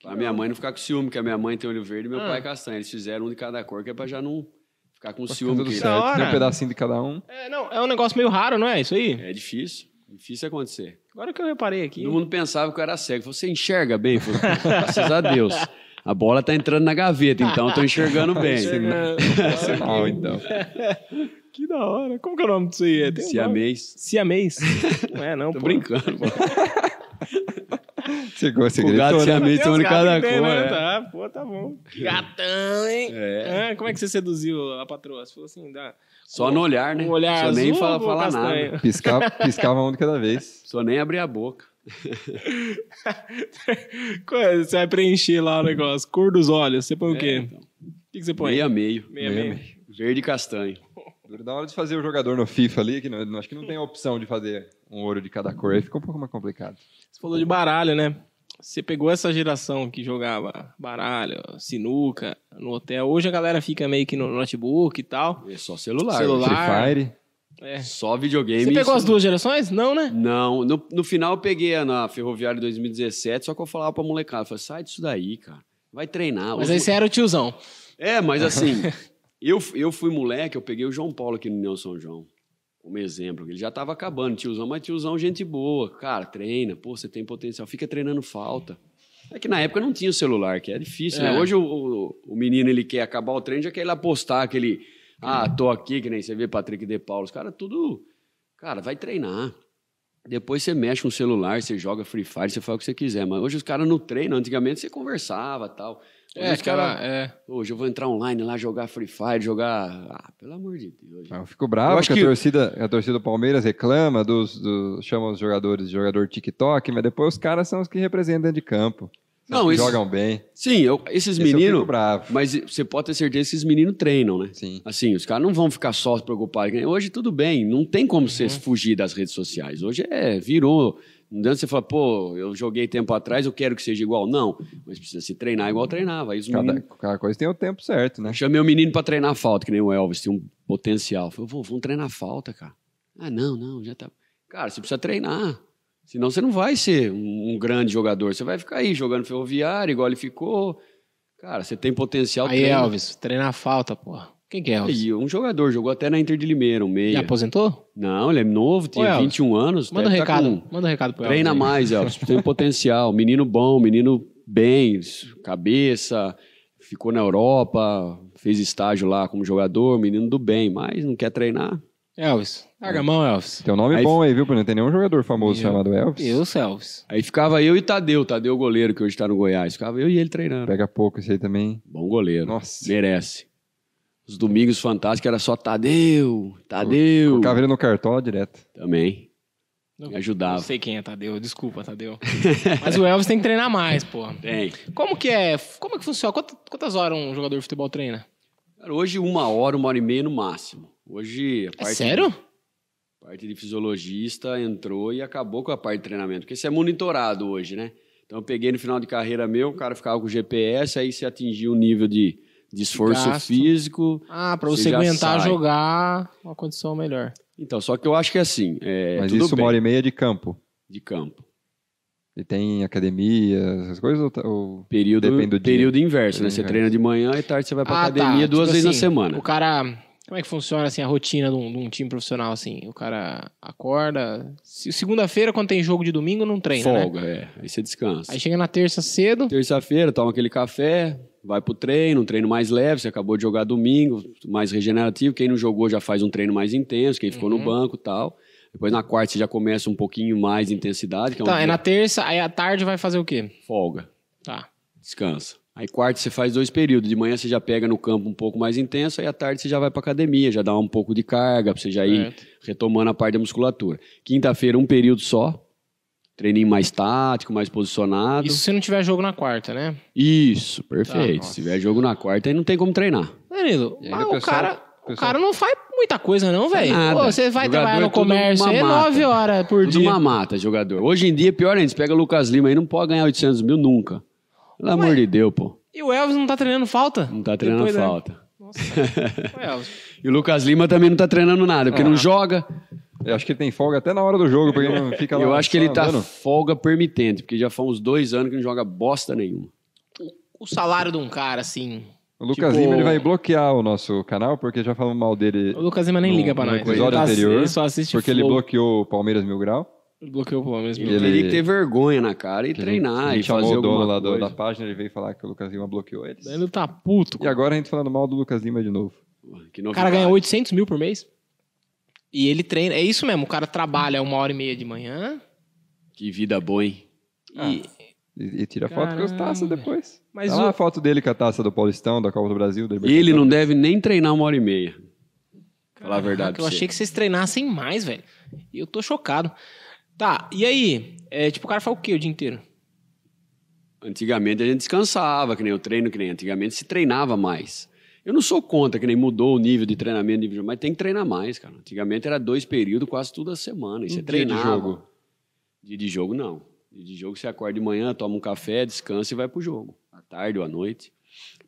Pra minha mãe não ficar com ciúme, que a minha mãe tem olho verde e meu
Ah.
pai é castanho. Eles fizeram um de cada cor, que é pra já não ficar com
Tá
ciúme.
tudo
que-
Da
certo. Tem
hora.
um pedacinho de cada um.
É, não, é um negócio meio raro, não é? Isso aí?
É difícil. Difícil acontecer.
Agora que eu reparei aqui.
Todo mundo pensava que eu era cego. Você enxerga bem? Eu falei, Graças a Deus. A bola tá entrando na gaveta, então eu tô enxergando
Tá
bem.
Chega-
Sinal, então.
né? Que da hora. Como que é o nome disso aí? É, tem um
Se
nome.
amês.
Siamês. Não é, não,
Tô
pô.
brincando.
Chegou esse
O gato
gritou,
se
né?
amês,
Tem
tem um
uns
de
gatos
cada
que tem,
cor.
né?
é.
Tá, pô, tá bom. Gatão, hein?
É.
Ah, como é que você seduziu a patroa? Você falou assim, dá
Só no olhar, né?
um olhar
Só
azul
nem fala-
ou
falar
castanho?
nada.
Piscava, piscava um de cada vez.
Só nem abrir a boca.
Coisa, é? Você vai preencher lá o negócio. Cor dos olhos. Você põe o
É,
quê?
então.
O que, que você põe?
Meio a meio.
Meia, meia.
Verde e castanho.
Dura da hora de fazer o jogador no FIFA ali, que não, acho que não tem a opção de fazer um ouro de cada cor. Aí fica um pouco mais complicado.
Você falou de baralho, né? Você pegou essa geração que jogava baralho, sinuca, no hotel. Hoje a galera fica meio que no notebook e tal.
É só celular.
Celular. Claro.
Free Fire.
É.
Só videogame.
Você pegou
isso-
as duas gerações? Não, né?
Não, no, no final eu peguei a na Ferroviária 2017, só que eu falava pra molecada, eu falava, sai disso daí, cara. Vai treinar.
Mas
Os
aí você era o tiozão.
É, mas assim, eu, eu fui moleque, eu peguei o João Paulo aqui no União São João, como exemplo. Ele já tava acabando, tiozão, mas tiozão, gente boa. Cara, treina, pô, você tem potencial, fica treinando falta. É que na época não tinha o celular, que é difícil, né?
É.
Hoje o, o, o menino, ele quer acabar o treino, já quer ir lá postar aquele... Ah, tô aqui, que nem você vê Patrick De Paulo. Os caras tudo... Cara, vai treinar. Depois você mexe com o celular, você joga Free Fire, você faz o que você quiser. Mas hoje os caras não treinam. Antigamente você conversava tal. Hoje os caras-
é.
Hoje eu vou entrar online lá, jogar Free Fire, jogar. Ah, pelo amor de Deus.
Ah, Eu fico
Eu
bravo
acho
que,
que-
a, torcida, a torcida do Palmeiras reclama, dos, do- chama os jogadores de jogador TikTok, mas depois os caras são os que representam dentro de campo. São os
Não,
que
isso-
jogam bem.
Sim, eu- esses
Esse eu
meninos.
fico bravo.
Mas você pode ter certeza que esses meninos treinam, né?
Sim.
Assim, os caras não vão ficar só preocupados. que nem- Hoje tudo bem, não tem como você fugir das redes sociais. Hoje é, virou. Não adianta você falar, pô, eu joguei tempo atrás, eu quero que seja igual. Não, mas precisa se treinar igual treinava. Aí os
Cada,
meninos-
cada coisa tem o tempo certo, né?
Eu Chamei o menino pra treinar falta, que nem o Elvis, tinha um potencial. Falei, vô, vamos treinar falta, cara. Ah, não, não, já tá. Cara, você precisa treinar. Senão você não vai ser um, um grande jogador. Você vai ficar aí jogando ferroviário, igual ele ficou. Cara, você tem potencial.
Aí,
treina.
Elvis, treina a falta, porra. Quem que é Elvis?
E um jogador jogou até na Inter de Limeira, um
Já
meia.
aposentou?
Não, ele é novo,
Ô,
tinha
Elvis,
21 anos.
Manda um
deve tá
recado.
com-
Manda um recado pro
Treina
Elvis. aí.
mais, Elvis. Tem potencial. Menino bom, menino bem, cabeça. Ficou na Europa, fez estágio lá como jogador, menino do bem, mas não quer treinar.
Elvis, larga a mão, Elvis.
Tem um nome
Aí-
bom aí, viu, Bruno? Tem nenhum jogador famoso
Meu
chamado Elvis.
Deus, Elvis.
Aí ficava eu e Tadeu, Tadeu goleiro, que hoje tá no Goiás. Ficava eu e ele treinando.
Pega pouco esse aí também.
Bom goleiro.
Nossa.
Merece. Os domingos fantásticos era só Tadeu, Tadeu.
Colocava ele no cartola direto.
Também.
Não,
Me
Não
ajudava.
sei quem é, Tadeu. Desculpa, Tadeu. Mas o Elvis tem que treinar mais, porra.
Tem.
Como que é? Como é que funciona? Quantas, quantas horas um jogador de futebol treina?
Cara, hoje uma hora, uma hora e meia no máximo. Hoje a
É
parte,
sério?
parte de fisiologista entrou e acabou com a parte de treinamento, porque isso é monitorado hoje, né? Então eu peguei no final de carreira meu, o cara ficava com o GPS, aí você atingia um nível de, de esforço
Gasto.
físico.
Ah, pra você,
Você já
aguentar
sai.
jogar uma condição melhor.
Então, só que eu acho que é assim, é
Mas
tudo
isso
bem,
uma hora e meia de campo.
de campo.
E tem academia, essas coisas? Ou, tá- ou...
Período,
Depende do dia.
período inverso, né?
Período
Você
inverso.
treina de manhã e tarde você vai pra
Ah,
academia
tá.
duas
Tipo assim,
vezes na semana.
O cara. Como é que funciona assim, a rotina de um, de um time profissional? assim? O cara acorda. se- Segunda-feira, quando tem jogo de domingo, não treina. Né?
Folga, é. Aí você descansa.
Aí chega na terça cedo.
Terça-feira, toma aquele café, vai pro treino, um treino mais leve, você acabou de jogar domingo, mais regenerativo. Quem não jogou já faz um treino mais intenso, quem ficou
Uhum.
no banco e tal. Depois na quarta você já começa um pouquinho mais de intensidade, que é um
Tá,
dia
é na terça, aí à tarde vai fazer o quê?
de folga,
Tá.
descansa. Aí quarta você faz dois períodos, de manhã você já pega no campo um pouco mais intenso, aí à tarde você já vai pra academia, já dá um pouco de carga, pra você já ir
Certo.
retomando a parte da musculatura. Quinta-feira um período só, treininho mais tático, mais posicionado.
Isso se não tiver jogo na quarta, né?
Isso,
Tá,
perfeito.
nossa.
Se tiver jogo na quarta, aí não tem como treinar.
Danilo,
E ainda
mas
o
o,
pessoal-
cara,
o pessoal-
o cara não faz muita coisa, não, velho.
nada.
Pô, Você vai
Jogador
trabalhar
é
no
tudo
comércio, é
mamata.
9 horas por
Tudo
dia.
uma mata, jogador. Hoje em dia, pior ainda, você pega o Lucas Lima aí, não pode ganhar 800 mil nunca. Pelo amor de Deus, pô.
E o Elvis não tá treinando falta?
Não tá treinando
Depois né? da-
falta.
Nossa. Ô, Elvis.
E o Lucas Lima também não tá treinando nada, porque
Ah.
não joga.
Eu acho que ele tem folga até na hora do jogo, porque ele não fica lá.
Eu acho que
só
ele tá
andando.
folga permitente, porque já faz uns dois anos que não joga bosta nenhuma.
O salário de um cara, assim.
O Lucas
tipo-
Lima ele vai bloquear o nosso canal, porque já falamos mal dele.
O Lucas Lima nem
No-
liga pra
no
nós.
episódio
ele, tá-
anterior,
ele só assiste
Porque ele
Flow.
bloqueou o Palmeiras Mil Grau.
Ele bloqueou o Palmeiras.
Ele-
Ele teria que ter vergonha na cara e
Que a gente-
treinar
a gente
e fazer
chamou o dono
alguma
lá do-
coisa.
da página, ele veio falar que o Lucas Lima bloqueou eles.
Ele tá puto.
E agora a gente falando mal do Lucas Lima de novo.
Que Ah,
O
novidade.
cara ganha 800 mil por mês. E ele treina. É isso mesmo. O cara trabalha uma hora e meia de manhã.
Que vida boa, hein? Ah,
E,
E, e tira foto com as taças
Caramba.
depois.
Mas
Tá lá
o-
a foto dele com a taça do Paulistão, da Copa do Brasil, da
E ele
Libertadores.
não deve nem treinar uma hora e meia. Falar a
Caraca,
verdade. pra
Eu
você.
achei que vocês treinassem mais, velho. E eu tô chocado. Tá, e aí? É, tipo, o cara fala o quê o dia inteiro?
Antigamente a gente descansava, que nem o treino, que nem antigamente se treinava mais. Eu não sou contra que nem mudou o nível de treinamento, nível de jogo, mas tem que treinar mais, cara. Antigamente era dois períodos quase toda semana. E
Um
você
dia de
treinava.
jogo.
Dia de jogo, não. Dia de jogo você acorda de manhã, toma um café, descansa e vai pro jogo. À tarde ou à noite.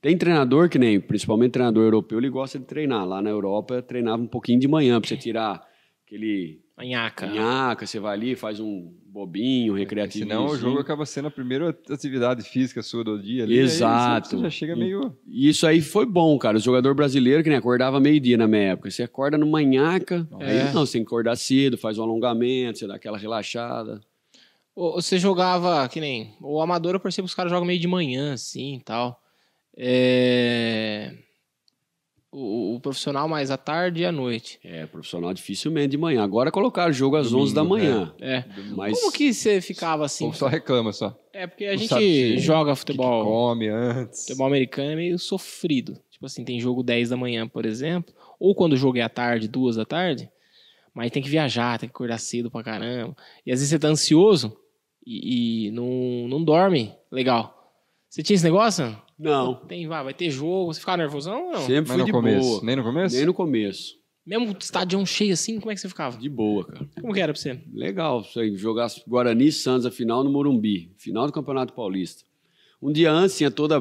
Tem treinador que nem, principalmente treinador europeu, ele gosta de treinar. Lá na Europa treinava um pouquinho de manhã, pra você tirar aquele
Anhaca.
canhaca, você vai ali, faz um bobinho, um recreativo.
É, Senão o jogo acaba sendo a primeira atividade física sua do dia. Ali, Aí
Exato.
você- você já chega meio...
E isso aí foi bom, cara. O jogador brasileiro, que nem acordava meio-dia na minha época. Você acorda no manhaca,
É.
aí não, você tem que acordar cedo, faz um alongamento, você dá aquela relaxada.
Ou, ou você jogava, que nem. O amador eu percebo que os caras jogam meio de manhã, assim e tal. É. O, o profissional mais à tarde e à noite.
É, profissional dificilmente de manhã. Agora colocaram o jogo às
Domingo, né?
11 da manhã.
É.
Mas
Como que você ficava assim?
Ou só reclama, só. O
É porque a
não
gente
sabe se-
joga
que que
futebol.
come antes.
Futebol americano é meio sofrido. Tipo assim, tem jogo 10 da manhã, por exemplo, ou quando o jogo é à tarde, 2 da tarde, mas tem que viajar, tem que acordar cedo pra caramba. E às vezes você tá ansioso e, e não, não dorme legal. Você tinha esse negócio?
Não,
Tem, vai, vai ter jogo, você ficava nervosão ou não?
sempre
Mas
fui
no
de
começo.
boa.
Nem no começo?
Nem no começo.
Mesmo estádio cheio assim, como é que você ficava?
De boa, cara.
Como que era pra você?
Legal, isso aí, jogar Guarani e Santos a final no Morumbi, final do Campeonato Paulista. Um dia antes tinha toda,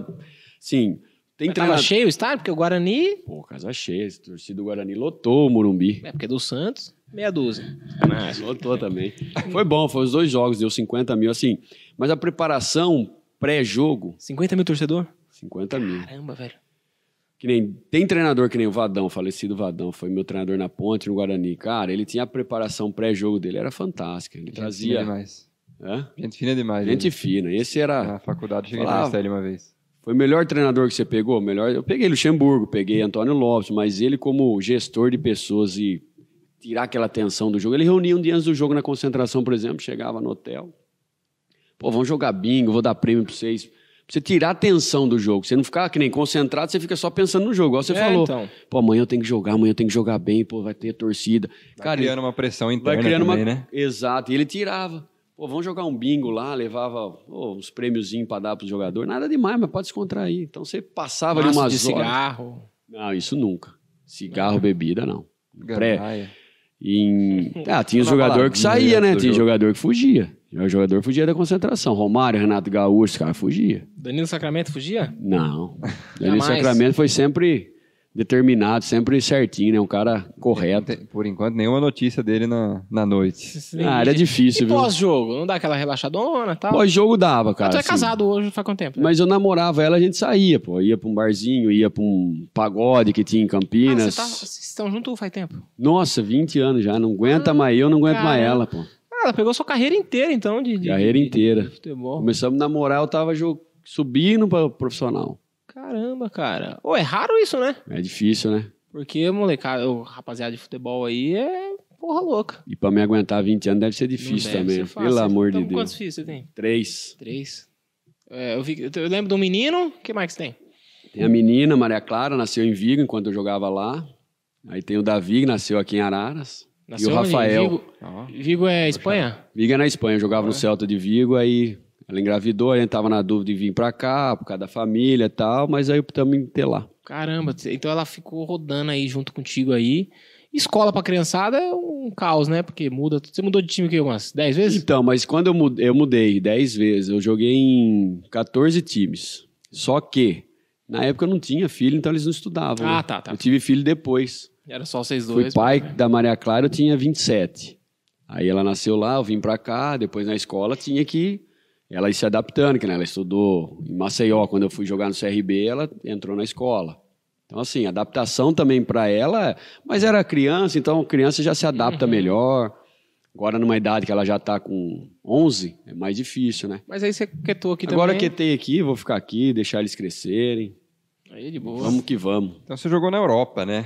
assim, Tem
Mas Tava
treinador.
cheio o estádio, porque o Guarani.
Pô, casa cheia. A torcida do Guarani lotou o Morumbi.
É, porque é do Santos, meia dúzia.
É.
Lotou também. Foi bom, foi os dois jogos, deu 50 mil, assim. Mas a preparação pré-jogo,
50 mil torcedor?
50 mil.
Caramba, velho.
Que nem, tem treinador que nem o Vadão, falecido Vadão, foi meu treinador na ponte, no Guarani. Cara, ele tinha a preparação pré-jogo dele, era fantástica. Ele
Gente fina né?
trazia
demais.
hã?
Gente fina demais.
gente
ele.
fina. Esse era.
Na faculdade, cheguei a
Falava.
entrevistar ele uma vez.
Foi o melhor treinador que você pegou? Melhor, eu peguei Luxemburgo, peguei Antônio Lopes, mas ele como gestor de pessoas e tirar aquela tensão do jogo. Ele reunia um dia antes do jogo na concentração, por exemplo, chegava no hotel. Pô, vamos jogar bingo, vou dar prêmio pra vocês. Pra você tirar a tensão do jogo. Você não ficar que nem concentrado, você fica só pensando no jogo. Igual você
É,
falou.
então.
Pô, amanhã eu tenho que jogar, amanhã eu tenho que jogar bem, pô, vai ter torcida.
Vai
Cara, ele-
criando uma pressão interna
vai criando
também,
uma.
né?
Exato. E ele tirava. Pô, vamos jogar um bingo lá, levava pô, uns prêmiozinhos para dar pro jogador. Nada demais, mas pode descontrair. Então você passava ali
Maço
umas
de
horas.
cigarro.
Não, isso nunca. Cigarro, bebida, não. Pré.
Gandaia.
Em... Ah, tinha
Uma
jogador que
palavrinha
saía, né?
do
Tinha
jogo.
jogador que fugia. O jogador fugia da concentração. Romário, Renato Gaúcho, os caras fugia.
Danilo Sacramento fugia?
Não. Ele
Jamais.
Sacramento foi sempre determinado, sempre certinho, né? Um cara
Não
correto.
tem- Por enquanto, nenhuma notícia dele na, na noite.
Ah, era
E
difícil, viu?
pós-jogo? Não dá aquela relaxadona e tal?
Pós-jogo dava, cara.
Mas tu é
assim.
casado hoje, faz quanto tempo? né?
Mas eu namorava ela, a gente saía, pô. Ia pra um barzinho, ia pra um pagode que tinha em
Ah,
Campinas.
você tá- vocês estão juntos faz tempo?
Nossa, 20 anos já. Não aguenta mais eu, não aguento mais
caramba.
ela, pô.
Ah, ela pegou sua carreira inteira, então, de, de-
Carreira
de- de
inteira.
futebol.
Começamos a namorar, eu tava jo- subindo pra profissional.
Caramba, cara. Ô, é raro isso, né?
É difícil, né?
Porque, molecada, o rapaziada de futebol aí é porra louca.
E pra me aguentar 20 anos deve ser
Não
difícil
deve
também.
ser fácil.
Pelo amor de
Então, Quantos
Deus.
filhos você tem?
Três.
Três. É, eu, vi- eu lembro de um menino, que mais que você tem?
Tem a menina, Maria Clara, nasceu em Vigo enquanto eu jogava lá. Aí tem o Davi, que nasceu aqui em Araras. e o
onde?
Rafael.
Vigo,
Ó,
Vigo é Espanha?
Vigo é na Espanha, eu jogava no
É.
Celta de Vigo, aí ela engravidou, aí a gente tava na dúvida de vir pra cá, por causa da família e tal, mas aí optamos em ter lá.
Caramba, então ela ficou rodando aí junto contigo aí. Escola pra criançada é um caos, né? Porque muda. Você mudou de time o quê? Umas 10 vezes?
Então, mas quando eu mudei, eu mudei 10 vezes, eu joguei em 14 times. Só que, na época eu não tinha filho, então eles não estudavam.
Ah,
né?
tá, tá.
Eu tive filho depois.
Era só vocês
Fui
dois. né?
pai da Maria Clara, eu tinha 27. Aí ela nasceu lá, eu vim pra cá, depois na escola tinha que ela ir se adaptando, que né, ela estudou em Maceió, quando eu fui jogar no CRB, ela entrou na escola. Então assim, adaptação também pra ela, mas era criança, então criança já se adapta
Uhum.
melhor. Agora numa idade que ela já tá com 11, é mais difícil, né?
Mas aí você quietou aqui
Agora
também.
que tem aqui, vou ficar aqui, deixar eles crescerem.
Aí é de boa.
Vamos que vamos.
Então você jogou na Europa, né?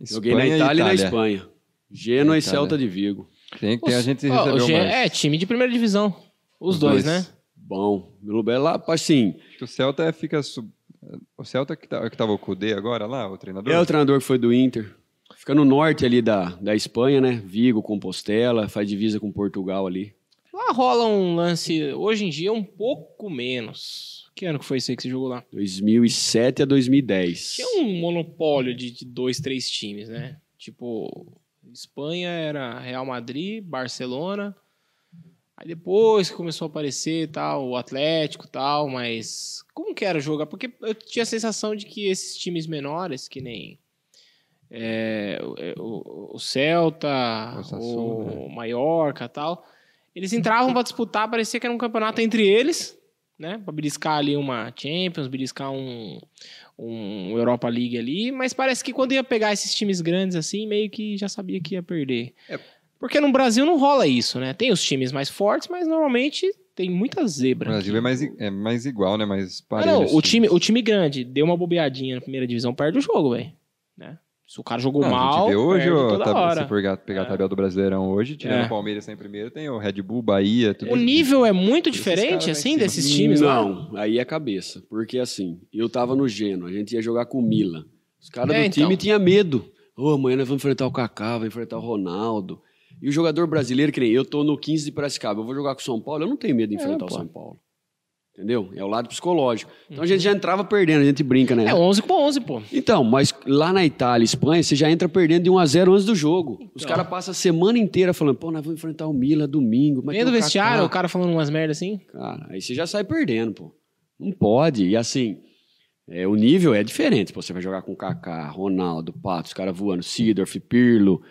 Joguei na Itália e na Espanha. Gênua e
Itália.
Celta de Vigo.
Tem, tem a gente
Ó,
recebeu
hoje é-
mais.
É, time de primeira divisão. Os,
Os
dois,
dois.
né?
Bom, Milo Belo, lá, assim,
O Celta fica... sub- O Celta que, tá, que tava o Kudê agora lá, o treinador?
é o treinador que foi do Inter. Fica no norte ali da, da Espanha, né? Vigo, Compostela, faz divisa com Portugal ali.
Lá rola um lance, hoje em dia, um pouco menos. Que ano que foi isso aí que você jogou lá?
2007 a 2010.
Tinha um monopólio de, de dois, três times, né? Tipo, Espanha era Real Madrid, Barcelona. Aí depois que começou a aparecer tal, o Atlético e tal, mas como que era jogar? Porque eu tinha a sensação de que esses times menores, que nem é, o- é, o, o Celta,
O Sassuolo,
o, Mallorca e tal, eles entravam pra disputar, parecia que era um campeonato entre eles, né? Pra beliscar ali uma Champions, beliscar um, um Europa League ali, mas parece que quando ia pegar esses times grandes assim, meio que já sabia que ia perder.
É.
Porque no Brasil não rola isso, né? Tem os times mais fortes, mas normalmente tem muita
O
zebra.
Brasil
aqui.
é mais, i- é mais igual, né? Mais
Ah,
parelho.
não,
os
o time,
times.
o time grande deu uma bobeadinha na primeira divisão, perde o jogo, velho. Né? Se o cara jogou
Não, Ah, a
mal,
gente vê hoje,
perde
ó,
toda
tá-
hora.
se pegar, pegar
É.
a tabela do Brasileirão hoje, tirando
É.
o Palmeiras em primeiro, tem o Red Bull, Bahia, tudo
O
isso.
nível é muito
Esses caras né,
diferente,
lá em
assim,
cima.
desses times lá?
Não, aí é cabeça. Porque assim, eu tava no Geno, a gente ia jogar com o Milan. Os caras
É,
do
então.
time tinham medo. Ô, amanhã nós vamos enfrentar o Kaká, vamos enfrentar o Ronaldo. E o jogador brasileiro, que nem eu, tô no 15 de Piracicaba, eu vou jogar com o São Paulo, eu não tenho medo de
É,
enfrentar o
pô.
São Paulo. Entendeu? É o lado psicológico. Então a gente já entrava perdendo, a gente brinca, né?
É 11 com 11, pô.
Então, mas lá na Itália e Espanha, você já entra perdendo de 1 a 0 antes do jogo. Os
Então.
caras passam a semana inteira falando, pô, nós vamos enfrentar o Milan domingo. mas
Dentro do
tem o
vestiário,
Kaká.
o cara falando umas merdas assim.
Cara, aí você já sai perdendo, pô. Não pode. E assim, É, o nível é diferente. Pô, você vai jogar com Kaká, Ronaldo, Pato, os caras voando, Sidorf, Pirlo.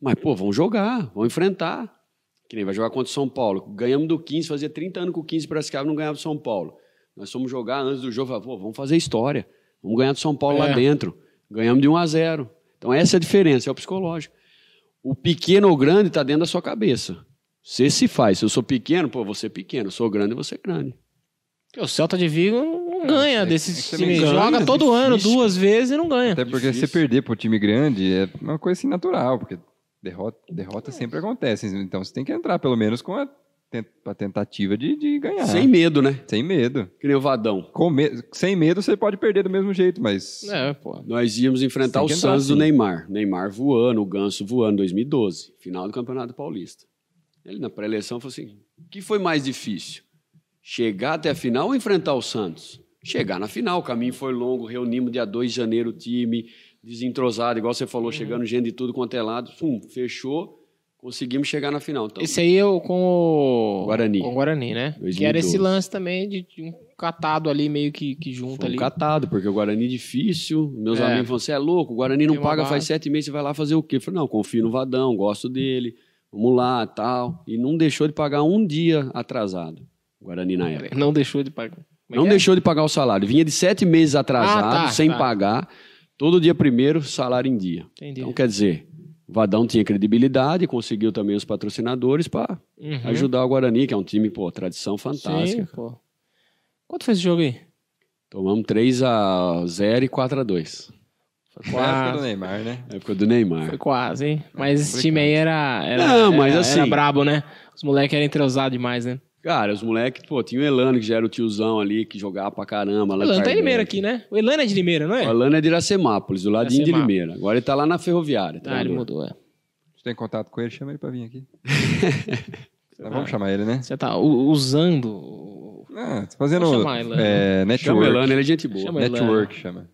Mas, pô, vão jogar, vão enfrentar. Que nem vai jogar contra o São Paulo. Ganhamos do 15, fazia 30 anos com o 15 para Piracicaba não ganhava do São Paulo. Nós fomos jogar antes do jogo, falava, pô, vamos fazer história. Vamos ganhar do São Paulo lá
É.
dentro. Ganhamos de 1 a 0. Então essa é a diferença, é o psicológico. O pequeno ou grande está dentro da sua cabeça. Você se faz. Se eu sou pequeno, pô, você é pequeno. Eu sou grande, você é grande.
O Celta de Vigo não ganha
é- é
desses
que também
times.
ganha,
Joga
é
todo
difícil,
ano,
cara.
duas vezes e não ganha.
Até porque
Difícil.
se perder para o time grande é uma coisa assim natural, porque derrota, derrota sempre acontece. Então você tem que entrar pelo menos com a, ten- a tentativa de, de ganhar.
Sem medo, né?
Sem medo.
Que nem o Vadão.
Com me- Sem medo você pode perder do mesmo jeito, mas
É, pô.
Nós íamos enfrentar
Tem
o
que entrar,
Santos do
sim.
Neymar. Neymar voando, o Ganso voando, 2012, final do Campeonato Paulista. Ele na pré-eleição falou assim: o que foi mais difícil? Chegar até a final ou enfrentar o Santos? Chegar na final, o caminho foi longo, reunimos dia 2 de janeiro o time, desentrosado, igual você falou, chegando gente de tudo quanto é lado, pum, fechou, conseguimos chegar na final. Então,
Esse aí eu com o
Guarani.
com o Guarani, né? Que era
2012.
esse lance também de, de um catado ali meio que, que junta
foi um
ali.
catado, porque o Guarani é difícil. Meus
É.
amigos falam, você é louco, o Guarani não
Tem uma
paga
base."
faz sete meses, você vai lá fazer o quê? Eu falei, não, confio no Vadão, gosto dele, vamos lá, tal. E não deixou de pagar um dia atrasado, o Guarani na época.
Não deixou de pagar. Como é
Não
que é?
deixou de pagar o salário, vinha de sete meses atrasado,
Ah, tá,
sem
tá.
pagar, todo dia primeiro, salário em dia.
Entendi.
Então, quer dizer, o Vadão tinha credibilidade, conseguiu também os patrocinadores para
Uhum.
ajudar o Guarani, que é um time, pô, tradição fantástica.
Sim, pô. Quanto foi esse jogo aí?
Tomamos 3 a 0 e 4 a 2
foi a época do Neymar, né?
Na época do Neymar.
Foi quase, hein? Mas esse
complicado.
time aí era, era,
Não, mas
era- era
assim-
brabo, né? Os moleques eram entrosados demais, né?
Cara, os moleques, pô, tinha o Elano, que já era o tiozão ali, que jogava pra caramba.
O
Allan
Elano tá em
Kardec.
Limeira aqui, né? O Elano é de Limeira, não
O
é?
Elano é de Iracemápolis, do ladinho de
Iracemápolis.
Limeira. Agora ele tá lá na ferroviária.
Ah, ele
treinador.
mudou, é.
Você tem contato com ele, chama ele para vir aqui. Nós vamos chamar ele, né?
Você tá u- usando. o-
Ah, tô fazendo
Vou chamar ele,
é,
Chama o
network.
Elano, ele é gente boa.
Chama-
Network chama.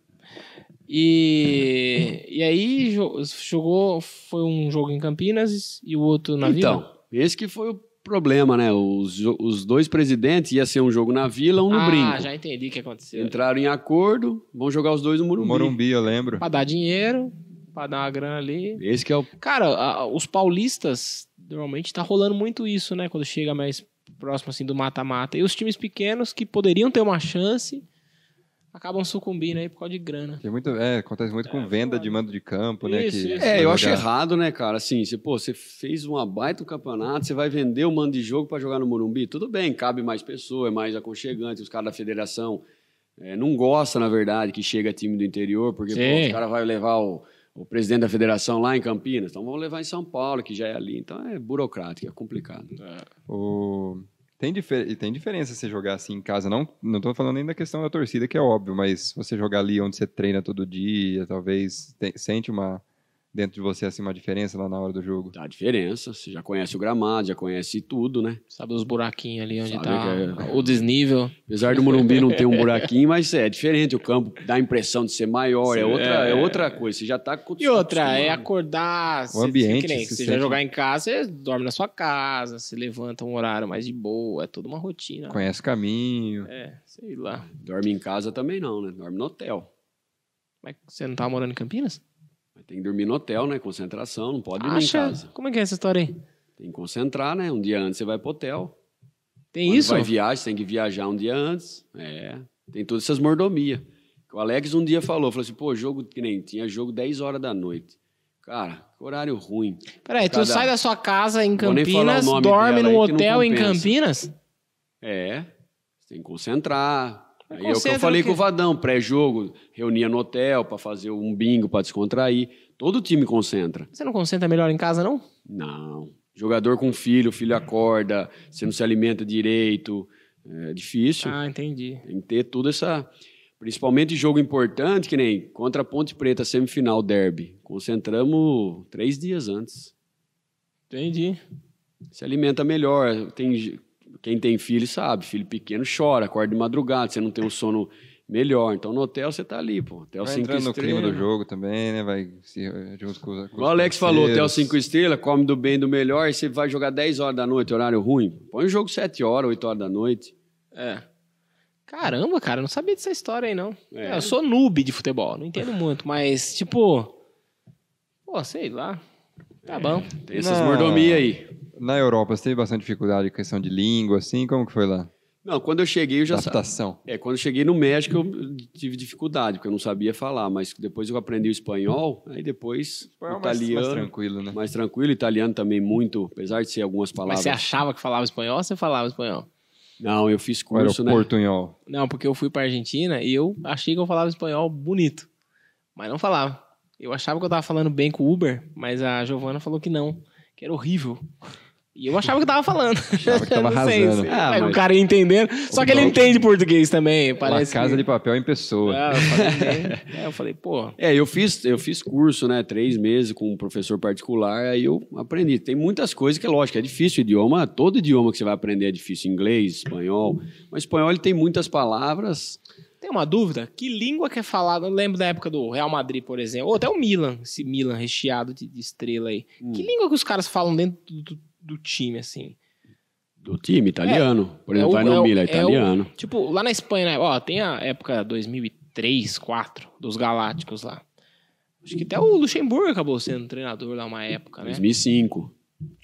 E,
Uhum.
e aí jo- jogou. Foi um jogo em Campinas e o outro na
então,
Vila.
esse que foi o problema, né? Os, jo- os dois presidentes, ia ser um jogo na Vila, um no
ah,
Brinco. Então.
já entendi o que aconteceu.
Entraram em acordo, vão jogar os dois no Morumbi.
Morumbi, eu lembro.
Pra dar dinheiro, pra dar uma grana ali.
Esse que é o...
Cara, a- os paulistas, normalmente tá rolando muito isso, né? Quando chega mais próximo assim do mata-mata. E os times pequenos que poderiam ter uma chance acabam sucumbindo aí por causa de grana.
Tem muito, é, acontece muito com venda de mando de campo, né?
Isso,
que-
isso.
É, eu acho
jogar-
errado, né, cara? Assim, você, pô, você fez uma baita um campeonato, você vai vender o mando de jogo pra jogar no Morumbi? Tudo bem, cabe mais pessoa, é mais aconchegante, os caras da federação eh, não gostam, na verdade, que chega time do interior, porque pô,
Sim.
os caras vão levar o, o presidente da federação lá em Campinas, então vão levar em São Paulo, que já é ali. Então é burocrático, é complicado.
O- Tem, difer... e tem diferença você jogar assim em casa. Não, não tô falando nem da questão da torcida, que é óbvio, mas você jogar ali onde você treina todo dia, talvez te- sente uma dentro de você assim uma diferença lá na hora do jogo.
Dá diferença, você já conhece o gramado, já conhece tudo, né?
Sabe os buraquinhos ali onde
Sabe
tá
que é.
o desnível.
Apesar do Morumbi não ter um buraquinho, mas é diferente. O campo dá a impressão de ser maior,
Sim,
é outra,
é.
é outra coisa. Você já tá está com
E outra, é
acostumado.
acordar. se-
ambiente,
que nem,
se
se você já
sente-
jogar em casa, você dorme na sua casa, se levanta um horário mais de boa, é toda uma rotina.
Conhece o caminho.
É, sei lá.
Dorme em casa também não, né? Dorme no hotel.
Mas você não tá morando em Campinas?
Mas Tem que dormir no hotel, né? Concentração, não pode dormir em
Acha?
casa.
Como é que é essa história aí?
Tem que concentrar, né? Um dia antes você vai pro hotel.
Tem
Quando
É isso?
Vai viagem, tem que viajar um dia antes. É. Tem todas essas mordomias. O Alex um dia falou, falou assim, pô, jogo que nem tinha jogo 10 horas da noite. Cara, que horário ruim.
Peraí, tu
Cada-
sai da sua casa em
Vou nem
Campinas,
falar o nome
dorme
dela
num
aí que não
hotel em
compensa.
Campinas?
É. Você tem que concentrar.
Mas
Aí é o que
concentra
eu falei
no quê?
com o Vadão, pré-jogo, reunia no hotel para fazer um bingo, para descontrair. Todo time concentra.
Você não concentra melhor em casa, não?
Não. Jogador com filho, o filho acorda, você não se alimenta direito. É difícil.
Ah, entendi.
Tem que ter tudo essa. Principalmente jogo importante, que nem contra a Ponte Preta, semifinal, derby. Concentramos três dias antes.
Entendi.
Se alimenta melhor. Tem... Quem tem filho sabe, filho pequeno chora, acorda de madrugada, você não tem um sono melhor. Então no hotel você tá ali, pô. Hotel
Vai
cinco
entrando no clima do
estrelas.
jogo também, né? Vai se junto com os. com os
Igual o Alex falou, hotel
parceiros.
5 estrelas, come do bem e do melhor, e você vai um jogar 10 horas da noite, horário ruim. Põe o jogo 7 horas, 8 horas da noite.
É. Caramba, cara, eu não sabia dessa história aí, não.
É.
É, eu sou noob de futebol, não entendo muito, mas, tipo. Pô, sei lá. Tá bom.
Tem essas
Não.
mordomias aí.
Na Europa, você teve bastante dificuldade em questão de língua, assim? Como que foi lá?
Não, quando eu cheguei,
Tá,
eu já sabia.
Adaptação.
É, quando eu cheguei no México, eu tive dificuldade, porque eu não sabia falar, mas depois eu aprendi o espanhol, aí depois o
Foi mais, mais
italiano.
tranquilo, né?
Mais tranquilo, italiano também muito, apesar de ser algumas
Mas
palavras.
você achava que falava espanhol ou você falava espanhol?
Não, eu fiz
Ou era
curso, né?
portunhol?
Não, porque eu fui pra Argentina e eu achei que eu falava espanhol bonito. Mas não falava. Eu achava que eu tava falando bem com o Uber, mas a Giovana falou que não, que era horrível. E eu achava que eu tava falando.
Achava que tava
Não sei,
arrasando.
sei.
Ah,
Aí O
mas-
cara ia entendendo. Só que ele
Então-
entende português também. Parece
Uma casa
que...
de papel em pessoa.
Ah, eu falei, né? É, eu falei, pô,
É, eu fiz, eu fiz curso, né? Três meses com um professor particular, aí eu aprendi. Tem muitas coisas que, é lógico, é difícil o idioma, todo idioma que você vai aprender é difícil, inglês, espanhol. Mas espanhol ele tem muitas palavras.
tem uma dúvida? Que língua que é falada? Eu lembro da época do Real Madrid, por exemplo, ou até o Milan, esse Milan recheado de, de estrela aí.
hum,
Que língua que os caras falam dentro do, do- do time, assim?
Do time italiano. Por exemplo,
o-
vai no
o-
Mila,
é o-
italiano.
tipo, lá na Espanha, né? ó, tem a época 2003, 4 dos Galácticos lá. Acho que até o Luxemburgo acabou sendo treinador lá uma época, né?
2005.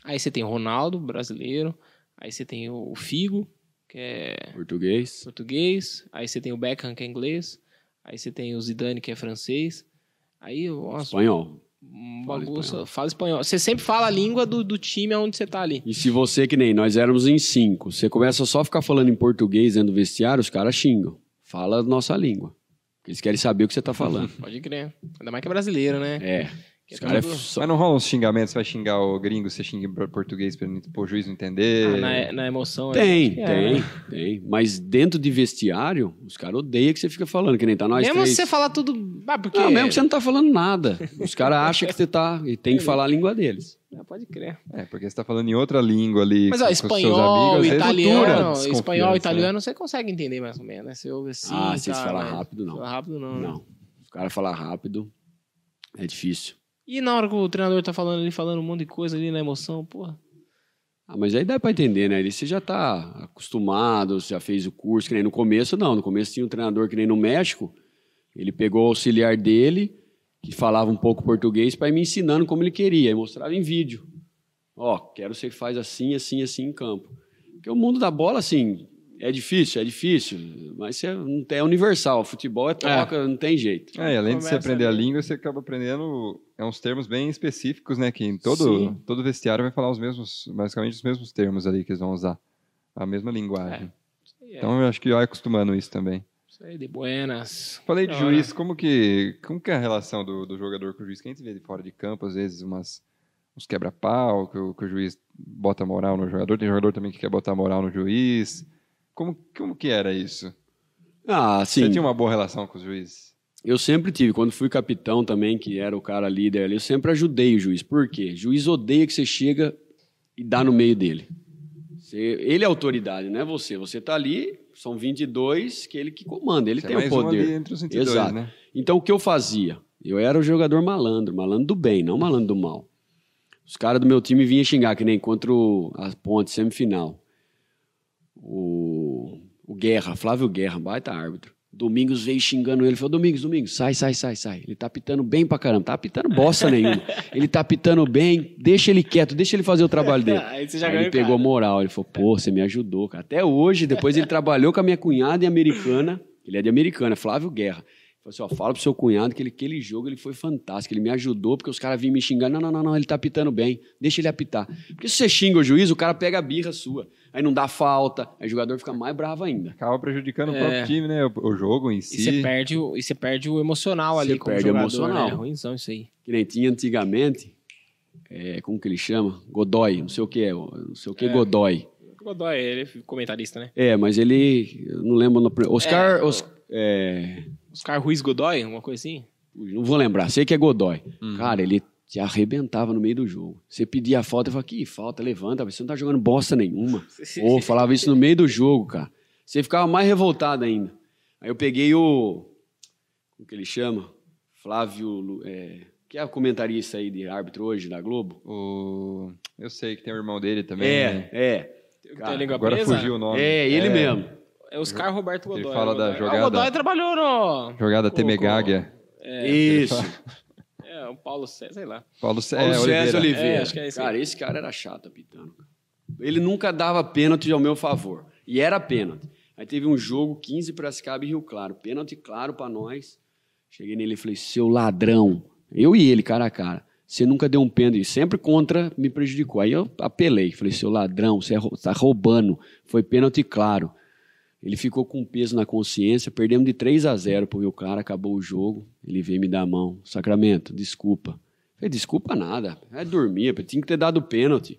Aí você tem o Ronaldo, brasileiro. Aí você tem o Figo, que é
Português.
português, aí você tem o Beckham que é inglês, aí você tem o Zidane que é francês, aí, nossa,
Espanhol.
um
Fala
bagunça,
espanhol.
fala espanhol. Você sempre fala a língua do, do time onde você tá ali.
E se você, que nem nós éramos em cinco, você começa só a ficar falando em português dentro do vestiário, os caras xingam. Fala a nossa língua. Eles querem saber o que você tá falando.
Pode crer. Ainda mais que é brasileiro, né?
é.
Que
Os
é
caras
tudo-
é
Mas não rola uns xingamentos, você vai xingar o gringo, você xinga em português pra o juiz não
Ah,
entender.
na, na emoção. ali,
Tem,
acho que é,
tem,
né?
tem. Mas dentro de vestiário, os caras odeiam que você fica falando, que nem tá nós
Mesmo
três.
você falar tudo. Ah, porque.
Não, mesmo que você não tá falando nada. Os caras acham que você tá e tem que falar a língua deles.
Ah, pode crer.
É, porque você tá falando em outra língua ali.
Mas ó,
com- com
espanhol,
seus amigos, às vezes cultura,
italiano.
desconfiança,
Espanhol,
né?
italiano, você consegue entender mais ou menos, né? Você ouve assim.
ah,
e
se eles
tal,
falar
mas-
rápido, não.
Falar rápido, não. né?
Não. Os caras falar rápido é difícil.
E na hora que o treinador tá falando ali, falando um monte de coisa ali na emoção, porra.
Ah, mas aí dá pra entender, né? Ele você já tá acostumado, você já fez o curso, que nem no começo, não. No começo tinha um treinador que nem no México, ele pegou o auxiliar dele, que falava um pouco português, para ir me ensinando como ele queria, e mostrava em vídeo. Ó, quero que você faz assim, assim, assim em campo. Porque o mundo da bola, assim, é difícil, é difícil, mas você não tem- é universal. O futebol é troca, não tem jeito.
É, e além de você
Conversa
aprender a
ali.
língua, você acaba aprendendo é uns termos bem específicos, né? Que em todo,
Sim.
todo vestiário vai falar os mesmos, basicamente os mesmos termos ali que eles vão usar. A mesma linguagem.
É,
Então eu acho que vai acostumando isso também.
Isso aí, de buenas.
Falei de
Da hora.
juiz, como que, como que é a relação do, do jogador com o juiz? Quem te vê de fora de campo, às vezes, umas, uns quebra-pau, que, o- que o juiz bota moral no jogador. Tem jogador também que quer botar moral no juiz. Como, como que era isso?
Ah, sim.
Você tinha uma boa relação com os juízes?
Eu sempre tive, quando fui capitão também, que era o cara líder ali, eu sempre ajudei o juiz. Por quê? Juiz odeia que você chega e dá no meio dele. Você- ele é autoridade, não é você. Você tá ali, são 22 que ele que comanda, ele
Você
tem
é
o
mais um
poder.
ali entre os 22,
Exato.
né?
Então o que eu fazia? Eu era o jogador malandro, malandro do bem, não malandro do mal. Os caras do meu time vinham xingar, que nem contra o, a ponte semifinal. O, o Guerra, Flávio Guerra, baita árbitro. Domingos veio xingando ele, falou: Domingos, Domingos, sai, sai, sai, sai. Ele tá pitando bem pra caramba, tá pitando bosta nenhuma. Ele tá pitando bem, deixa ele quieto, deixa ele fazer o trabalho dele.
Ah, Aí você já
Aí
ganhou
ele pegou
cara.
moral, ele falou, pô, você me ajudou, cara. Até hoje, depois ele trabalhou com a minha cunhada e americana, ele é de americana, Flávio Guerra. Ele falou assim, ó, fala pro seu cunhado que ele, aquele jogo ele foi fantástico, ele me ajudou, porque os caras vinham me xingar, não, não, não, não, ele tá apitando bem, deixa ele apitar. Porque se você xinga o juiz, o cara pega a birra sua, aí não dá falta, aí o jogador fica mais bravo ainda.
acaba prejudicando o
É.
próprio time, né? O, o jogo em
E você
si.
perde o, e você perde o emocional
Você
ali como
perde o
jogador,
emocional.
né? É ruimzão isso aí.
Que nem tinha antigamente, é, como que ele chama? Godoy, não sei o que é, não sei o que Godoy.
O Godoy, ele é comentarista, né?
É, mas ele, eu não lembro, o nome- Oscar, é, Os, é,
Oscar Ruiz Godoy, uma coisa assim.
Ui, Não vou lembrar, sei que é Godoy.
Uhum.
Cara, ele te arrebentava no meio do jogo. Você pedia a falta, eu falava, que falta, levanta, você não tá jogando bosta nenhuma. Ou falava isso no meio do jogo, cara. Você ficava mais revoltado ainda. Aí eu peguei o. Como que ele chama? Flávio. Lu- é, que é o comentarista aí de árbitro hoje da Globo?
O... Eu sei que tem o irmão um dele também. né?
É, é.
Tem
Cara,
a língua
Agora
presa?
fugiu o nome.
É, ele mesmo.
É Oscar Roberto Godoy.
Ele fala
né,
da
Godoy?
jogada-
Ah, o Godoy trabalhou no.
Jogada
Colocou-
Temegáguia.
Isso.
É, o Paulo César, sei lá.
Paulo, Cé-
Paulo
é, Oliveira.
César Oliveira.
É, acho que é esse
cara, esse cara era chato apitando. Ele nunca dava pênalti ao meu favor. E era pênalti. Aí teve um jogo 15 Piracicaba e Rio Claro. Pênalti claro pra nós. Cheguei nele e falei, seu ladrão. Eu e ele, cara a cara. Você nunca deu um pênalti. Sempre contra me prejudicou. Aí eu apelei. Falei, seu ladrão, você é rou- tá roubando. Foi pênalti claro. Ele ficou com um peso na consciência. Perdemos de 3 a 0 pro Rio Claro. Acabou o jogo. Ele veio me dar a mão. Sacramento, desculpa. Falei, desculpa nada. É dormir, pô, tinha que ter dado pênalti.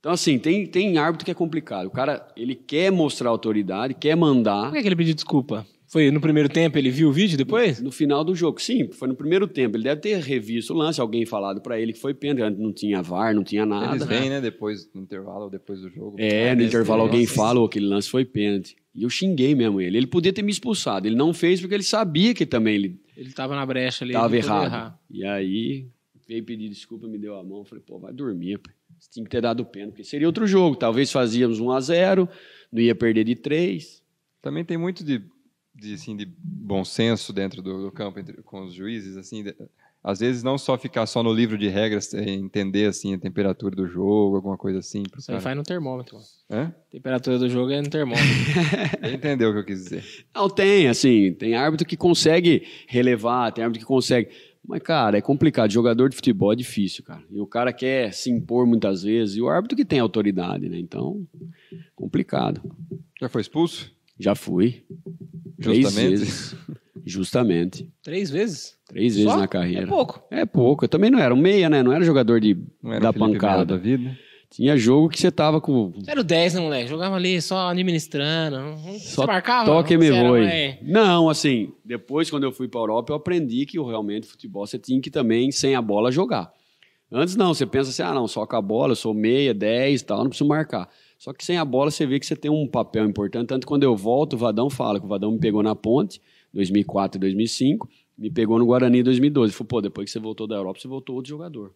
Então, assim, tem, tem árbitro que é complicado. O cara, ele quer mostrar autoridade, quer mandar.
Por que, que ele pediu desculpa? Foi no primeiro tempo, ele viu o vídeo depois?
No final do jogo, sim, foi no primeiro tempo. Ele deve ter revisto o lance, alguém falado pra ele que foi pênalti. Não tinha VAR, não tinha nada.
Eles vêm, né, depois do intervalo, depois do jogo.
É, no intervalo alguém
Nossa,
fala, "Ô, aquele lance foi pênalti. E eu xinguei mesmo ele. Ele podia ter me expulsado. Ele não fez porque ele sabia que também ele
Ele tava na brecha ali.
Tava
ele podia
errado.
errar.
E aí veio pedir desculpa, me deu a mão. Falei, pô, vai dormir. pai. Você tinha que ter dado pênalti, porque seria outro jogo. Talvez fazíamos 1 a 0 não ia perder de 3.
Também tem muito de, de, assim, de bom senso dentro do, do campo entre- com os juízes, assim, de- às vezes não só ficar só no livro de regras, é, entender assim a temperatura do jogo, alguma coisa assim. Pro
É.
Isso aí
cara.
faz no termômetro. mano.
Hã?
A temperatura do jogo é no termômetro.
Ele Entendeu o que eu quis dizer?
Não, tem, assim, tem árbitro que consegue relevar, tem árbitro que consegue. Mas, cara, é complicado. Jogador de futebol é difícil, cara. E o cara quer se impor muitas vezes. E o árbitro que tem autoridade, né? Então, complicado.
Já foi expulso?
Já fui. Três
Justamente.
vezes. Justamente.
Três vezes?
Três vezes
Só?
na carreira.
É pouco.
É pouco. Eu também não era um meia, né? Não era jogador de
Não era
da
o Felipe Melo
pancada.
da vida?
Tinha jogo que você tava com
Era o 10, né, moleque? Jogava ali só administrando. Não-
só
Você marcava?
toque e
Você
me
era
voe.
mais-
Não, assim, depois quando eu fui para Europa, eu aprendi que o realmente futebol você tinha que também sem a bola jogar. Antes não, você pensa assim: "Ah, não, só com a bola, eu sou meia, 10, tal, não preciso marcar". Só que sem a bola você vê que você tem um papel importante, tanto quando eu volto, o Vadão fala que o Vadão me pegou na ponte 2004 e 2005, me pegou no Guarani em 2012. Falei, pô, depois que você voltou da Europa, você voltou outro jogador.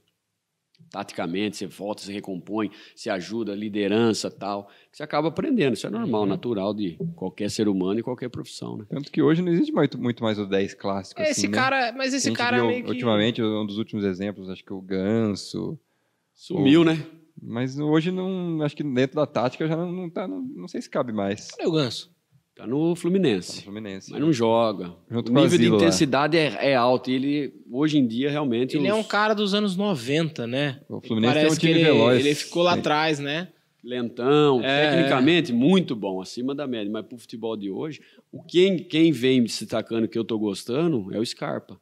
taticamente, você volta, você recompõe, você ajuda, liderança tal. Você acaba aprendendo. Isso é normal, natural de qualquer ser humano e qualquer profissão, né?
Tanto que hoje não existe muito, muito mais o 10 clássico.
Esse
assim, né?
cara, mas
A
esse
gente
cara
viu,
meio que.
Ultimamente, um dos últimos exemplos, acho que o Ganso.
Sumiu, né?
Mas hoje não. Acho que dentro da tática já não, não tá. Não, não sei se cabe mais.
Olha o ganso.
Tá no
Tá no
Fluminense.
Fluminense.
Mas não joga.
Junto
o
com o
nível de
Asilo lá.
intensidade é, é alto. E ele, hoje em dia, realmente.
Ele é
os
um cara dos anos 90, né?
O Fluminense tem
Parece
um time
que ele,
veloz. É,
ele ficou lá
Tem-
atrás, né?
Lentão,
É.
tecnicamente, muito bom, acima da média. Mas pro futebol de hoje, o quem, quem vem me destacando que eu tô gostando é o Scarpa.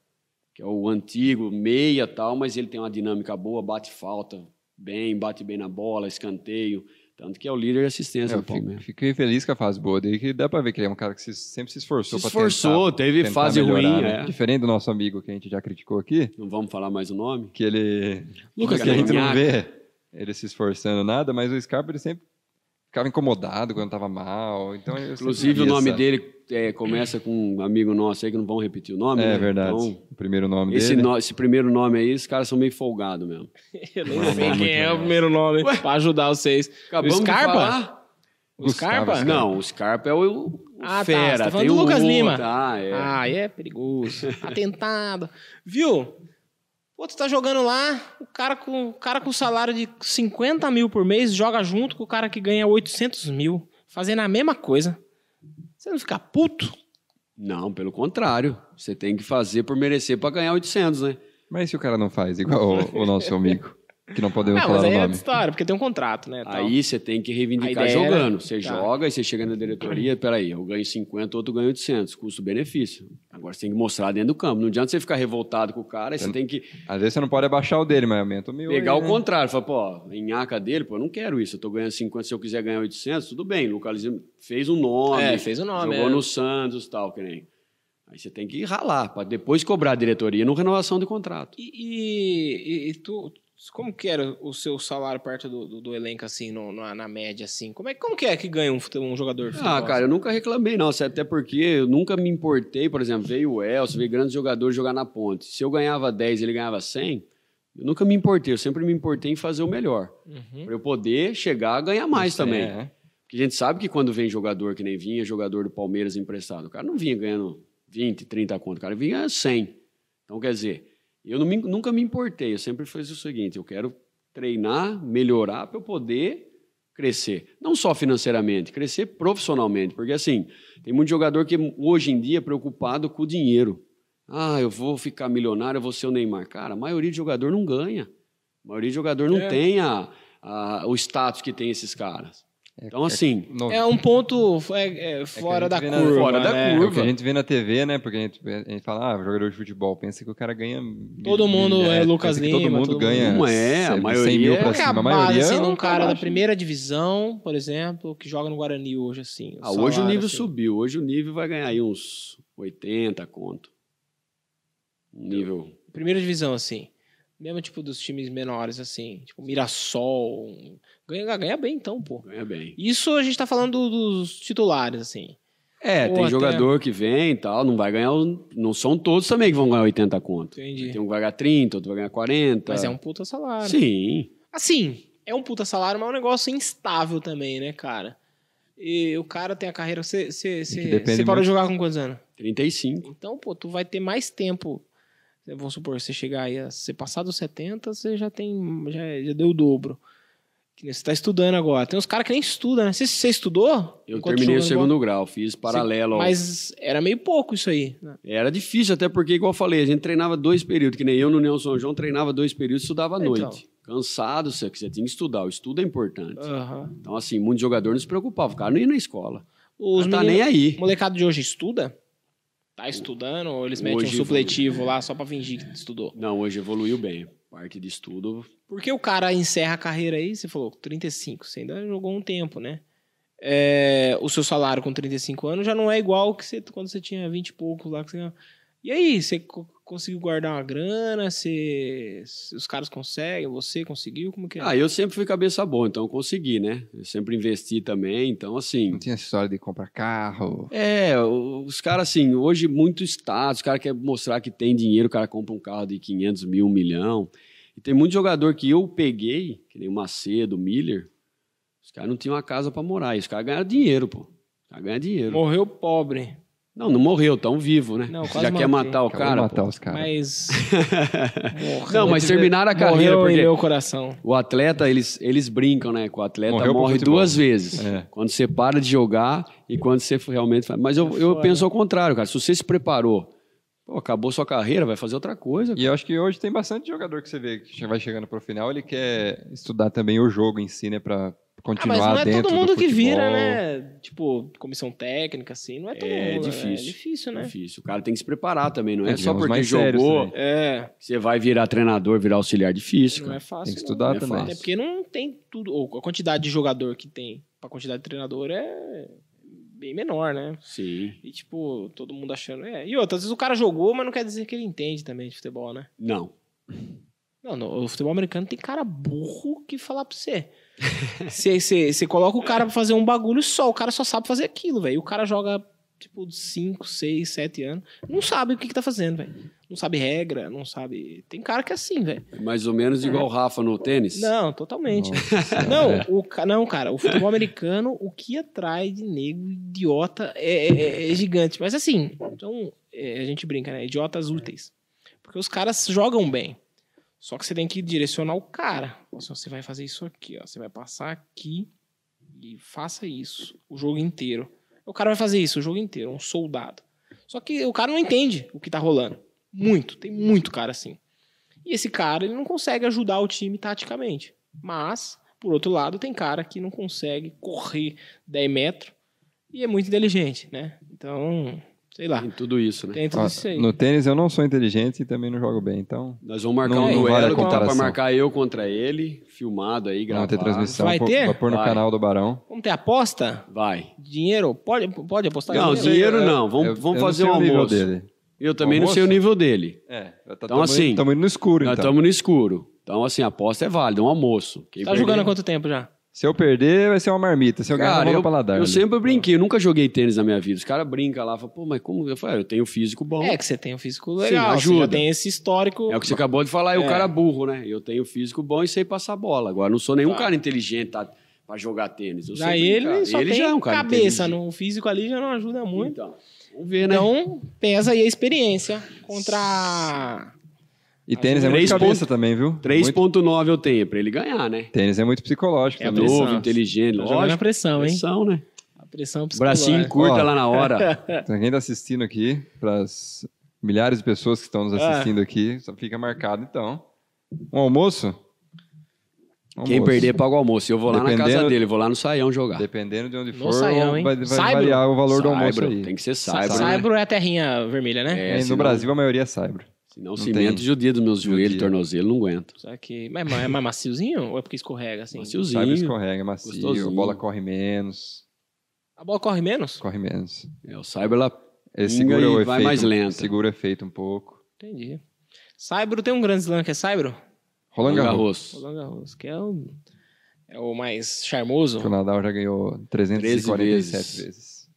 Que é o antigo, meia tal, mas ele tem uma dinâmica boa, bate falta bem, bate bem na bola, escanteio. Tanto que é o líder de assistência
Eu
do
fico-
Palmeiras.
fiquei feliz com a fase boa dele, que dá pra ver que ele é um cara que se- sempre se esforçou
Se
pra
esforçou,
tentar-
teve
tentar
fase
melhorar,
ruim,
né?
é.
Diferente do nosso amigo que a gente já criticou aqui,
Não vamos falar mais o nome?
que ele.
Lucas
que a gente não vê
Carignac.
ele se esforçando nada, mas o Scarpa ele sempre ficava incomodado quando tava mal. Então eu sempre
Inclusive,
vi
o nome
essa-
dele é, começa com um amigo nosso aí, que não vão repetir o nome.
É
né?
verdade.
Então,
o primeiro nome
esse,
dele. é
no- esse primeiro nome aí, os caras são meio folgados mesmo.
Eu nem
Não,
sei
não,
quem
muito
é o
legal.
primeiro nome
Ué?
pra ajudar vocês.
Acabamos
o Scarpa?
de falar.
O Scarpa?
Gustavo Scarpa.
Não, o Scarpa é o, o
Ah, tá,
fera.
você tá falando
tem
do
o
Lucas
outro,
Lima.
Ah, é.
Ah, e é perigoso. Atentado. Viu? Pô, tu tá jogando lá, o cara, com, o cara com salário de 50 mil por mês joga junto com o cara que ganha 800 mil, fazendo a mesma coisa. Você não fica puto?
Não, pelo contrário. Você tem que fazer por merecer pra ganhar 800, né?
Mas se o cara não faz, igual o, o nosso amigo, que não podemos
não,
falar
mas
o
aí é outra
nome.
história, porque tem um contrato, né? tal.
Aí você tem que
A
reivindicar
ideia
jogando.
era-
Você
tá.
joga e você chega na diretoria, peraí, eu ganho 50, outro ganha 800, custo-benefício. Agora você tem que mostrar dentro do campo. Não adianta você ficar revoltado com o cara, aí você tem que
Às vezes você não pode abaixar o dele, mas aumenta o meu.
pegar
aí,
o
né?
contrário. Falar, pô, em aca dele, pô, eu não quero isso. Eu tô ganhando 50, se eu quiser ganhar 800, tudo bem. Lucas Lima fez um nome.
É, fez o nome,
Jogou
é.
no Santos tal, que nem. Aí você tem que ralar, pra depois cobrar a diretoria no renovação do contrato.
E, e- e- e tu, como que era o seu salário perto do, do- do elenco, assim, no- na, na média, assim? Como é, como que é que ganha um, fute- um jogador de futebol?
Ah, cara, eu nunca reclamei, não. Até porque eu nunca me importei, por exemplo, veio o Elcio, veio grandes jogadores jogar na ponte. Se eu ganhava 10 ele ganhava 100, eu nunca me importei. Eu sempre me importei em fazer o melhor.
Uhum.
Pra eu poder chegar a ganhar mais
É,
também.
é.
Porque a gente sabe que quando vem jogador que nem vinha, jogador do Palmeiras emprestado, o cara não vinha ganhando 20, 30 conto, o cara vinha 100. Então, quer dizer, eu não me- nunca me importei, eu sempre fiz o seguinte, eu quero treinar, melhorar para eu poder crescer. Não só financeiramente, crescer profissionalmente, porque assim, tem muito jogador que hoje em dia é preocupado com o dinheiro. Ah, eu vou ficar milionário, eu vou ser o Neymar. Cara, a maioria de jogador não ganha. A maioria de jogador não
É.
tem a- a- o status que tem esses caras. Então, assim,
no-
É um ponto é, é,
que a
fora
gente
da
vê
curva.
na-
fora da
né?
é o
curva.
que a gente vê na TV, né? Porque a gente, a gente fala, ah, jogador de futebol, pensa que o cara ganha.
Todo mundo é Lucas
pensa que Todo
Lima,
mundo
todo
ganha.
mundo- Não é, a
100 mil
maioria
pra
é
cima. A
Acabado,
maioria.
assim, num
um
cara
cara
da
acha.
primeira divisão, por exemplo, que joga no Guarani hoje, assim.
ah, hoje o
salário,
nível
assim.
subiu. Hoje o nível vai ganhar aí uns 80 conto. Um nível.
Primeira divisão, assim. Mesmo tipo dos times menores, assim. Tipo, Mirassol. um- Ganha, ganha bem, então, pô.
Ganha bem.
Isso a gente tá falando dos titulares, assim.
É,
Ou
tem
até-
jogador que vem e tal, não vai ganhar. os- Não são todos também que vão ganhar 80 conto.
Entendi.
Tem um que vai ganhar 30, outro vai ganhar 40.
Mas é um puta salário.
Tá. Sim.
Assim, é um puta salário, mas é um negócio instável também, né, cara? E o cara tem a carreira. Você
depende
parou
muito-
de jogar com quantos anos?
35.
Então, pô, tu vai ter mais tempo. Vamos supor, você chegar aí, a- você passar dos 70, você já tem. Já, já deu o dobro. Que nem Você tá estudando agora. Tem uns caras que nem estudam, né? Você, você estudou?
Eu
Enquanto
terminei o
jogando bola?
segundo grau, fiz paralelo. ao-
Mas era meio pouco isso aí. né?
Era difícil, até porque, igual eu falei, a gente treinava dois períodos, que nem eu no União São João treinava dois períodos e estudava à
Então. Ah.
noite. Cansado, você, você tinha que estudar. O estudo é importante.
Aham.
Então, assim, muito jogador não se preocupava. O cara não ia na escola.
Os
não tá
meninos-
nem aí.
O molecado de hoje estuda? Tá estudando? Ou eles metem
Hoje
um supletivo lá só pra fingir que estudou?
Não, hoje evoluiu bem. Parte de estudo.
Por que o cara encerra a carreira aí? Você falou 35, você ainda jogou um tempo, né? É, o seu salário com 35 anos já não é igual que você, quando você tinha 20 e pouco lá. que você- E aí, você co- conseguiu guardar uma grana? Você, os caras conseguem? Você conseguiu? Como que é?
Ah, eu sempre fui cabeça boa, então eu consegui, né? Eu sempre investi também, então assim.
Não tinha essa história de comprar carro.
É, o- os caras assim, hoje muito status, o cara quer mostrar que tem dinheiro, o cara compra um carro de 500 mil, um milhão. E tem muito jogador que eu peguei, que nem o Macedo, o Miller, os caras não tinham uma casa pra morar, e os caras ganharam dinheiro, pô. Os caras ganharam dinheiro.
Morreu pobre.
Não, não morreu, tão vivo, né?
Não,
Você
quase
já quer
matei.
matar o
Acabou de
cara?
matar
pô.
os caras.
Mas. morreu.
Não, mas terminaram a carreira,
morreu em
porque
meu coração.
O atleta, eles, eles brincam, né? Que o atleta
Morreu pro
morre
futebol.
duas vezes.
É.
Quando você para de jogar e quando você realmente faz. Mas eu,
É
eu
foda.
penso ao contrário, cara. Se você se preparou, pô, acabou sua carreira, vai fazer outra coisa.
E eu acho que hoje tem bastante jogador que você vê que já vai chegando pro final, ele quer estudar também o jogo em si, né? Pra
Ah,
continuar
mas não é
dentro
todo mundo
do
que
futebol.
vira, né? Tipo, comissão técnica, assim. Não é todo
É
mundo. né?
difícil.
É difícil, né?
Difícil. O cara tem que se preparar também, não é,
É,
só
digamos,
porque
mais sérios
jogou
também.
É,
que você vai virar treinador, virar auxiliar. Difícil,
não
cara.
é fácil.
né? Tem que
não.
estudar
não é
também.
Até porque não tem tudo. Ou a quantidade de jogador que tem pra quantidade de treinador é bem menor, né?
Sim.
E, tipo, todo mundo achando. É. E outra, às vezes o cara jogou, mas não quer dizer que ele entende também de futebol, né?
Não.
Não, no, o futebol americano tem cara burro que falar pra você. Você- Você você coloca o cara pra fazer um bagulho só, o cara só sabe fazer aquilo, velho. E O cara joga, tipo, 5, 6, 7 anos, não sabe o que, que tá fazendo, velho. Não sabe regra, não sabe. Tem cara que é assim, velho.
É mais ou menos igual o Rafa no tênis.
Não, totalmente.
Nossa senhora,
Não,
é.
o, ca- não, cara, o futebol americano, o que atrai de negro idiota é, é- é gigante. Mas assim, então é, a gente brinca, né? Idiotas úteis. Porque os caras jogam bem. Só que você tem que direcionar o cara. assim, Ó, se Você vai fazer isso aqui, ó. Você vai passar aqui e faça isso o jogo inteiro. O cara vai fazer isso o jogo inteiro, um soldado. Só que o cara não entende o que tá rolando. Muito, tem muito cara assim. E esse cara, ele não consegue ajudar o time taticamente. Mas, por outro lado, tem cara que não consegue correr 10 metros e é muito inteligente, né? Então, sei lá.
Tem tudo isso, né?
Tem tudo
Ó,
isso aí.
no tênis eu não sou inteligente e também não jogo bem, então.
Nós vamos marcar
Não-
um
não
duelo
vale a
que tá pra
comparação.
marcar eu contra ele, filmado aí,
Não vai
gravado.
ter transmissão.
Vai
pô-
ter?
Vai pôr no
Vai.
canal do Barão.
Vamos ter aposta?
Vai.
Dinheiro? Pode, pode apostar? em
Não,
dinheiro?
sei,
dinheiro
eu-
não. Vamos,
eu-
vamos
eu não
fazer
sei
um
o nível
almoço.
dele.
Eu também não
Almoço?
sei o nível dele.
É, então
assim,
Estamos indo no escuro,
Nós
então.
estamos no escuro. Então, assim, a aposta é válida, um almoço. Quem
Tá
perder-
jogando há quanto tempo já?
Se eu perder, vai ser uma marmita. Se eu ganhar,
Cara,
eu vou
eu,
no paladar.
né?
eu
ali.
sempre brinquei, eu nunca joguei tênis na minha vida. Os caras brincam lá, falam, pô, mas como? Eu falo, eu tenho físico bom.
É
É,
que você tem um físico
Sim,
legal, você já
ajuda.
tem esse histórico.
o que você acabou de falar, é o
É.
cara burro, né? Eu tenho físico bom e sei passar bola. Agora, eu não sou nenhum
Tá.
cara inteligente, tá? para jogar tênis. Eu sei
Daí ele
brincar.
só tem
já é um cara
cabeça,
inteligente.
no físico ali já não ajuda muito.
Então, vamos ver, né?
Então, pesa aí a experiência contra.
E tênis é muito
Três
cabeça
ponto-
também, viu? Muito...
3.9 eu tenho para ele ganhar, né?
Tênis é muito psicológico
É
também.
pressão.
Novo, inteligente,
Tá jogando a
lógico.
pressão, hein? é.
Pressão, né?
A pressão
Bracinho
psicológica.
curta
Ó.
lá na hora.
Então, quem está assistindo aqui, para as milhares de pessoas que estão nos
Ah.
assistindo aqui, só fica marcado então. Um almoço? Um
Quem
Almoço.
perder paga o almoço. Eu vou lá na casa
Dependendo-
dele, vou lá no saião jogar.
Dependendo de onde
No
for,
saião, hein?
vai, vai
Saibro?
variar o valor do almoço
Saibro,
aí.
Tem que ser saibro.
Saibro,
né?
é a terrinha vermelha, né?
É,
É, no
senão-
Brasil, a maioria é saibro.
Senão
Não
cimento
tem.
judia dos meus joelhos,
Judia.
tornozelo, não aguento.
Só que. Mas mas é mais maciozinho ou é porque escorrega assim?
Saibro
Maciozinho.
escorrega, é macio,
Gostosinho.
a bola corre menos,
A bola corre menos?
corre menos.
É, o saibro ela
Ele
Pinga
segura
e
o efeito,
vai mais lenta.
segura o efeito um pouco.
Entendi. Saibro tem um grande slam que é Saibro?
Roland
pega
Garros,
arroz.
Roland Garros, que é o, é o mais charmoso.
que o Nadal já ganhou 347
13
vezes.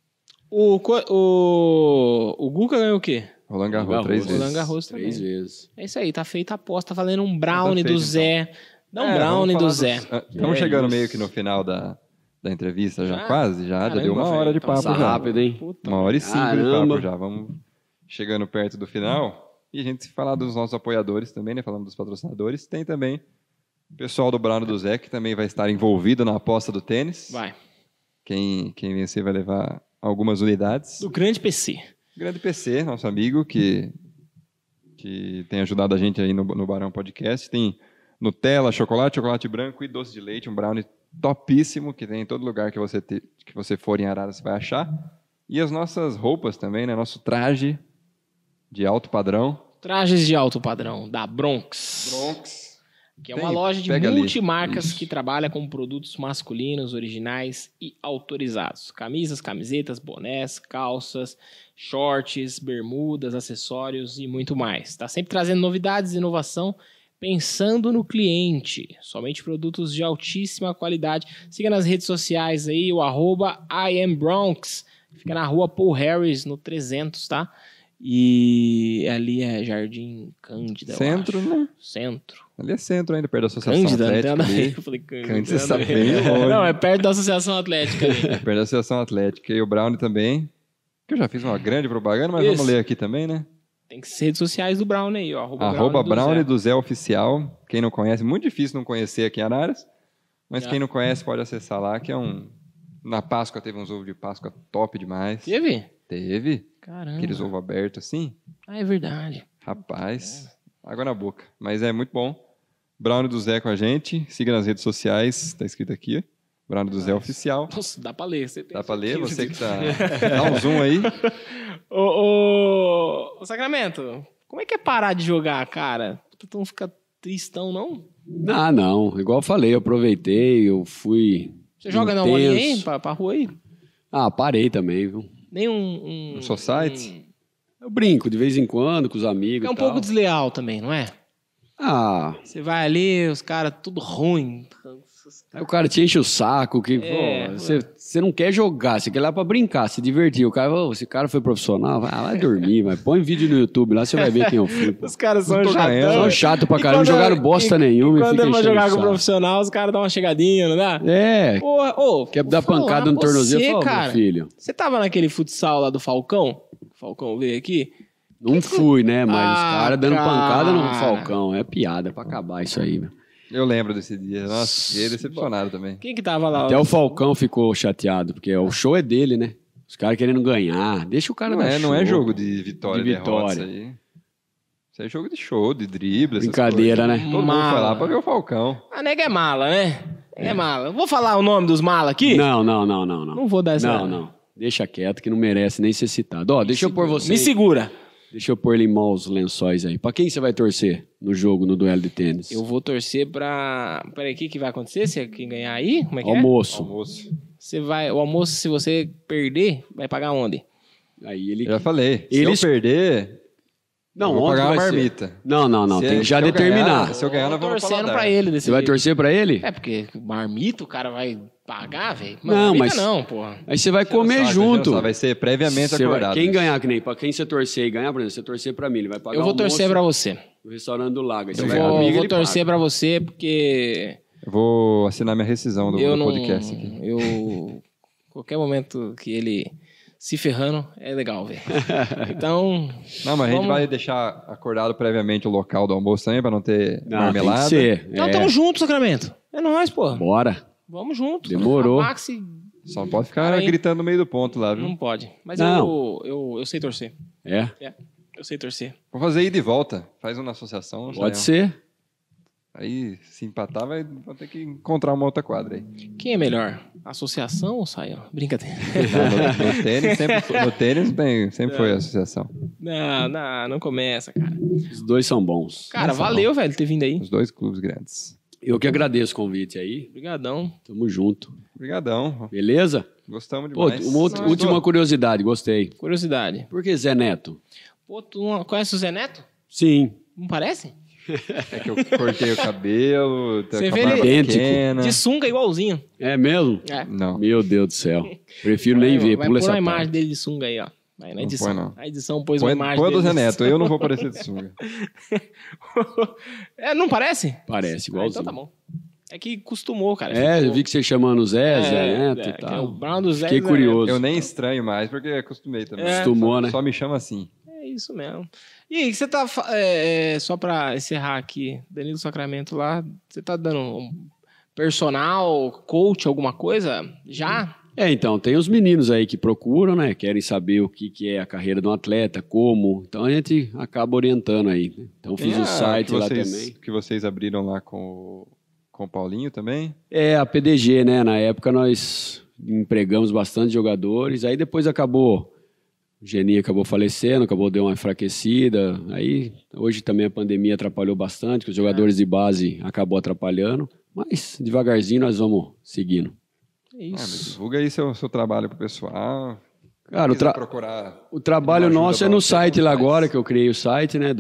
O, co- o, o Guga ganhou o quê?
Roland Garros,
Roland
três
Garros.
vezes.
Roland Garros também.
Três vezes.
É isso aí, tá feita a aposta, tá valendo um brownie
Tá
do
feito,
Zé. Dá um
É,
brownie do
vamos falar
Zé.
dos- Ah, Estamos
É
chegando
isso.
meio que no final da, da entrevista, já,
Já?
quase, já, já deu
Ah, Caramba,
uma hora de
velho, tá
papo
Passa
já.
rápido, hein?
Puta,
Uma hora e cinco de
Caramba.
papo já, vamos chegando perto do final. E a gente se falar dos nossos apoiadores também, né? Falando dos patrocinadores, tem também o pessoal do Brano do Zé, que também vai estar envolvido na aposta do tênis.
vai.
Quem, quem vencer vai levar algumas unidades.
Do grande PC.
Grande PC, nosso amigo, que, que tem ajudado a gente aí no, no Barão Podcast. Tem Nutella, chocolate, chocolate branco e doce de leite, um brownie topíssimo, que tem em todo lugar que você, te- que você for em Arara, você vai achar. E as nossas roupas também, né? Nosso traje de alto padrão.
Trajes de alto padrão, da Bronx.
Bronx.
Que é
Tem,
uma loja de
pega ali.
multimarcas
Isso.
que trabalha com produtos masculinos, originais e autorizados. Camisas, camisetas, bonés, calças, shorts, bermudas, acessórios e muito mais. Está sempre trazendo novidades e inovação, pensando no cliente. Somente produtos de altíssima qualidade. Siga nas redes sociais aí o arroba IamBronx. Fica na rua Paul Harris, no 300, tá? E ali é Jardim Cândida, eu
Centro,
acho.
né?
Centro.
Ali é centro ainda, perto da Associação
Cândida, né? não tem
Atlética.
nada a ver.
ali.
Eu falei Cândida.
Cândida
não tem nada a
está
ver.
bem longe.
Não, é perto da Associação Atlética ali.
É, Perto da Associação Atlética. E o Brownie também. Que eu já fiz uma grande propaganda, mas
Isso.
vamos ler aqui também, né?
Tem que ser redes sociais do Brown aí, ó. Arroba,
Arroba Brownie
Brown
do Zé Oficial. Quem não conhece, muito difícil não conhecer aqui em Araras. Mas
Já.
quem não conhece pode acessar lá, que é um. Na Páscoa teve uns ovos de Páscoa top demais.
Teve?
Teve.
Caramba.
Aqueles ovos abertos assim.
Ah, é verdade.
Rapaz, água na boca. Mas é muito bom. Brownie do Zé com a gente. Siga nas redes sociais, tá escrito aqui. Brownie do Zé Oficial.
Nossa, dá pra ler. Você tem
Dá pra
isso
ler?
aqui,
Você
tem-
que tá. Dá um zoom aí.
Ô, ô, ô, Sacramento, como é que é parar de jogar, cara? Tu não fica tristão, não?
Ah, não. Igual eu falei, eu aproveitei, eu fui.
Você joga na One
Intenso.
aí, pra, pra rua aí?
Ah, parei também, viu?
Nem um... Um,
Um society?
um-
Eu brinco de vez em quando com os amigos.
É um
e tal.
pouco desleal também, não é?
Ah,
Você vai ali, os caras tudo ruim.
aí o cara te enche o saco, que
É.
pô, você, você não quer jogar, você quer ir lá pra brincar, se divertir. O cara, "Ô, esse cara foi profissional, vai lá dormir, mas põe vídeo no YouTube lá, você vai ver quem eu fui. pô.
Os caras
Não
são
tô ganhando.
chatão.
São chato
Então,
pra
E
caramba, não
quando-
jogaram bosta
e-
nenhuma. e
Quando
fica
ele vai jogar
enchendo o
com o
saco.
profissional, os caras dão uma chegadinha, não dá?
É,
Porra, ô,
quer
vou
dar
falar
pancada no
pra
tornozelo,
você,
fala, meu
cara.
filho.
Você tava naquele futsal lá do Falcão? O Falcão veio aqui?
Não fui, né? Mas
Ah,
os caras dando
cara.
pancada no Falcão. É piada pra acabar isso aí, meu.
Eu lembro desse dia. Nossa, fiquei decepcionado também.
Quem que tava lá?
Até o Falcão ficou chateado, porque o show é dele, né? Os caras querendo ganhar. Deixa o cara
Não
dar
é, não é
show.
jogo de vitória
De
e derrota isso
vitória.
aí. Isso aí é jogo de show, de drible. essas
Brincadeira,
coisas.
né?
Todo mundo foi
Mala.
lá pra ver o Falcão.
A nega é mala, né? É, mala. Vou falar o nome dos malas aqui?
Não, não, não, não, não.
Não vou dar essa.
Não, não. Deixa quieto que não merece nem ser citado. Ó, deixa eu pôr você.
ah, Me segura.
Deixa eu pôr limão os lençóis aí. Pra quem você vai torcer no jogo, no duelo de tênis?
Eu vou torcer pra. Peraí, o que, que vai acontecer? Se quem ganhar aí? Como é que
Almoço.
Almoço.
é? Você vai. O almoço, se você perder, vai pagar onde?
Aí ele.
Eu já falei. Se
Eles-
eu perder,
Não,
eu vou
ontem
pagar uma
vai ser.
marmita.
Não, não, não.
Se
tem
é-
que já
se eu
determinar.
ganhar- Se eu ganhar,
tô
nós vamos
torcendo
paladar.
pra ele desse
Você vai
jeito.
torcer pra ele?
É, porque marmito o cara vai pagar, velho.
Não,
Marmita
mas-
Não, porra.
Aí você vai
Você não
comer
sabe, você não
junto.
sabe, Vai ser previamente
Você vai-
acordado.
quem ganhar, que nem pra quem você torcer e ganhar, por exemplo, você torcer pra mim, ele vai pagar
Eu vou torcer
almoço
pra você.
no restaurante do Lago. Aí você
Eu
vai
vou,
comigo,
vou
ele
torcer
paga.
pra você porque
Eu vou assinar minha rescisão do,
eu
do
não,
podcast aqui.
Eu. Qualquer momento que ele se ferrando, é legal ver. Então,
Não, mas a gente
Vamos-
vai deixar acordado previamente o local do almoço também, pra não ter
Não, Ah, tem que
marmelada.
ser.
então
é.
tamo junto, Sacramento. É nóis, porra.
Bora.
Vamos junto.
Demorou.
A Maxi
Só não pode ficar
Aí.
gritando no meio do ponto lá, viu?
não pode. Mas
Não.
Eu, eu, eu sei torcer.
É.
Então
Eu sei torcer.
Vou fazer ida e volta. Faz uma associação. não sei
Pode
não.
ser.
Aí, se empatar, vai, vai ter que encontrar uma outra quadra aí.
Quem é melhor? Associação ou Saião? Brincadeira.
No, no tênis, sempre, foi- no tênis tem, sempre foi associação.
não, não, não começa, cara.
então.
Os dois são bons.
Cara,
Começa,
valeu, velho, ter vindo aí.
Os dois clubes grandes.
Eu que agradeço o convite aí.
Obrigadão.
Tamo junto.
Obrigadão.
Beleza?
Gostamos
Pô,
demais.
uma outra- última curiosidade, gostei.
Curiosidade.
Por que Zé Neto?
Pô, tu não conhece o Zé Neto?
Sim.
Não parece?
É que eu cortei o cabelo, tá
Você
com
vê
a barba
ele-
pequena.
De sunga igualzinho.
É mesmo?
É.
Não.
Meu Deus do céu. Prefiro nem
Aí, ó,
ver.
Vai
Pula
pôr
essa
uma imagem
parte.
dele de sunga aí, ó. Aí na
Não
edição.
põe, não.
A edição pôs uma
Põe,
imagem
põe a do
dele
Zé
de
Neto, eu não vou parecer de sunga.
sunga. é, não parece?
Parece
Ah, então
igualzinho.
tá bom. É que costumou, cara.
É,
Ficou-
eu vi que você chamando Zé, Zé Neto
é,
e
que é o
tal.
Brown do Zé
Fiquei
Zé
curioso.
Eu nem estranho mais, porque acostumei também.
É.
Acostumou,
Só-
né?
Só me chama assim.
Neto. É isso mesmo. E aí, que você tá. fa- é, é, só pra encerrar aqui, Danilo Sacramento lá, você tá dando um personal, coach, alguma coisa? Já?
É, então, tem os meninos aí que procuram, né? Querem saber o que, que é a carreira de um atleta, como. Então a gente acaba orientando aí. né? Então fiz
Tem
o
a-
site
Ah, é que
lá
vocês-
também.
Que vocês abriram lá com o, com o Paulinho também.
É, a PDG, né? Na época nós empregamos bastante jogadores, aí depois acabou. O Geni acabou falecendo, acabou deu uma enfraquecida. Aí hoje também a pandemia atrapalhou bastante, que os jogadores
É.
de base acabou atrapalhando. Mas devagarzinho nós vamos seguindo.
É
Ah, mas
isso.
divulga aí seu, seu trabalho pro pessoal.
Cara, o,
Quiser
tra-
procurar.
o trabalho
ajuda
nosso é
pra
no
você,
site
como
lá
faz?
agora, que eu criei o site, né?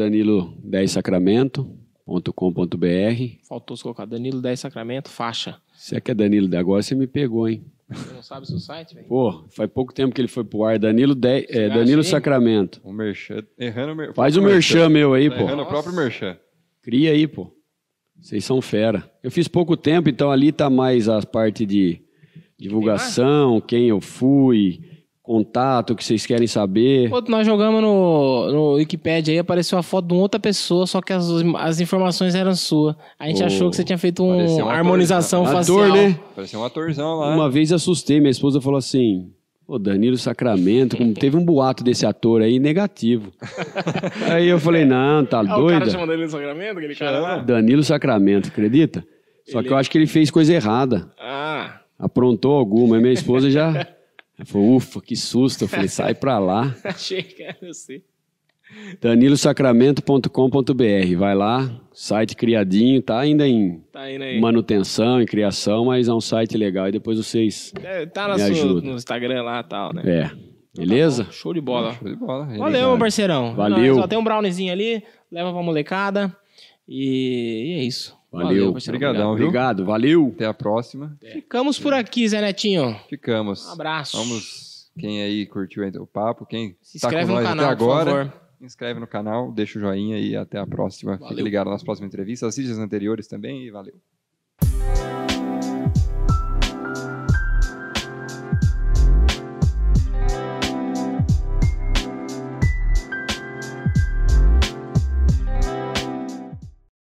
Danilo10sacramento.com.br.
Faltou se colocar Danilo 10 Sacramento, faixa.
Se é que é Danilo, agora você me pegou, hein?
Você não sabe o seu site, velho?
Pô, faz pouco tempo que ele foi pro ar. Danilo, dez- é,
Ah,
Você
Danilo
acha, hein?
Sacramento.
O um merchan. Errando o mer...
Faz o merchan meu aí,
Tá errando
pô.
o próprio merchan.
Cria aí, pô. Vocês são fera. Eu fiz pouco tempo, então ali tá mais a parte de divulgação, quem eu fui, contato, o que vocês querem saber.
Outro, nós jogamos no, no Wikipedia aí, apareceu a foto de uma outra pessoa, só que as, as informações eram suas. A gente
Oh,
achou que você tinha feito
parecia
uma
uma
harmonização
ator,
facial.
né?
Parecia um atorzão
né?
lá.
Uma vez assustei, minha esposa falou assim: Ô, Danilo Sacramento, como teve um boato desse ator aí negativo. aí eu falei: não, tá
Ah, o cara
doida?
chamando ele no sacramento, aquele cara lá?
Danilo Sacramento, acredita? Só que eu acho que ele fez coisa errada.
Ah,
aprontou alguma. E minha esposa já ela falou, ufa, que susto. Eu falei, sai pra lá.
achei que era você.
danilosacramento.com.br. Vai lá, site criadinho, tá ainda em
Tá indo aí.
manutenção, em criação, mas é um site legal. E depois vocês...
É, tá na
Me
sua-
ajuda.
no Instagram lá e tal, né?
É, beleza?
Show de bola.
Show de bola.
Valeu, meu parceirão.
Valeu.
É nóis, ó, tem um browniezinho ali, leva pra molecada. E, e é isso.
Valeu.
parceirão,
Obrigadão, viu?
Obrigado, valeu!
Até a próxima.
Ficamos por aqui, Zé Netinho.
Ficamos.
Um abraço.
É. Vamos. Quem aí curtiu ainda o papo, quem
Se
tá
inscreve
com
no
nós
canal,
até agora,
por favor.
se inscreve no canal, deixa o joinha e até a próxima. Fique
Valeu.
ligado nas próximas entrevistas, assiste as anteriores também e valeu.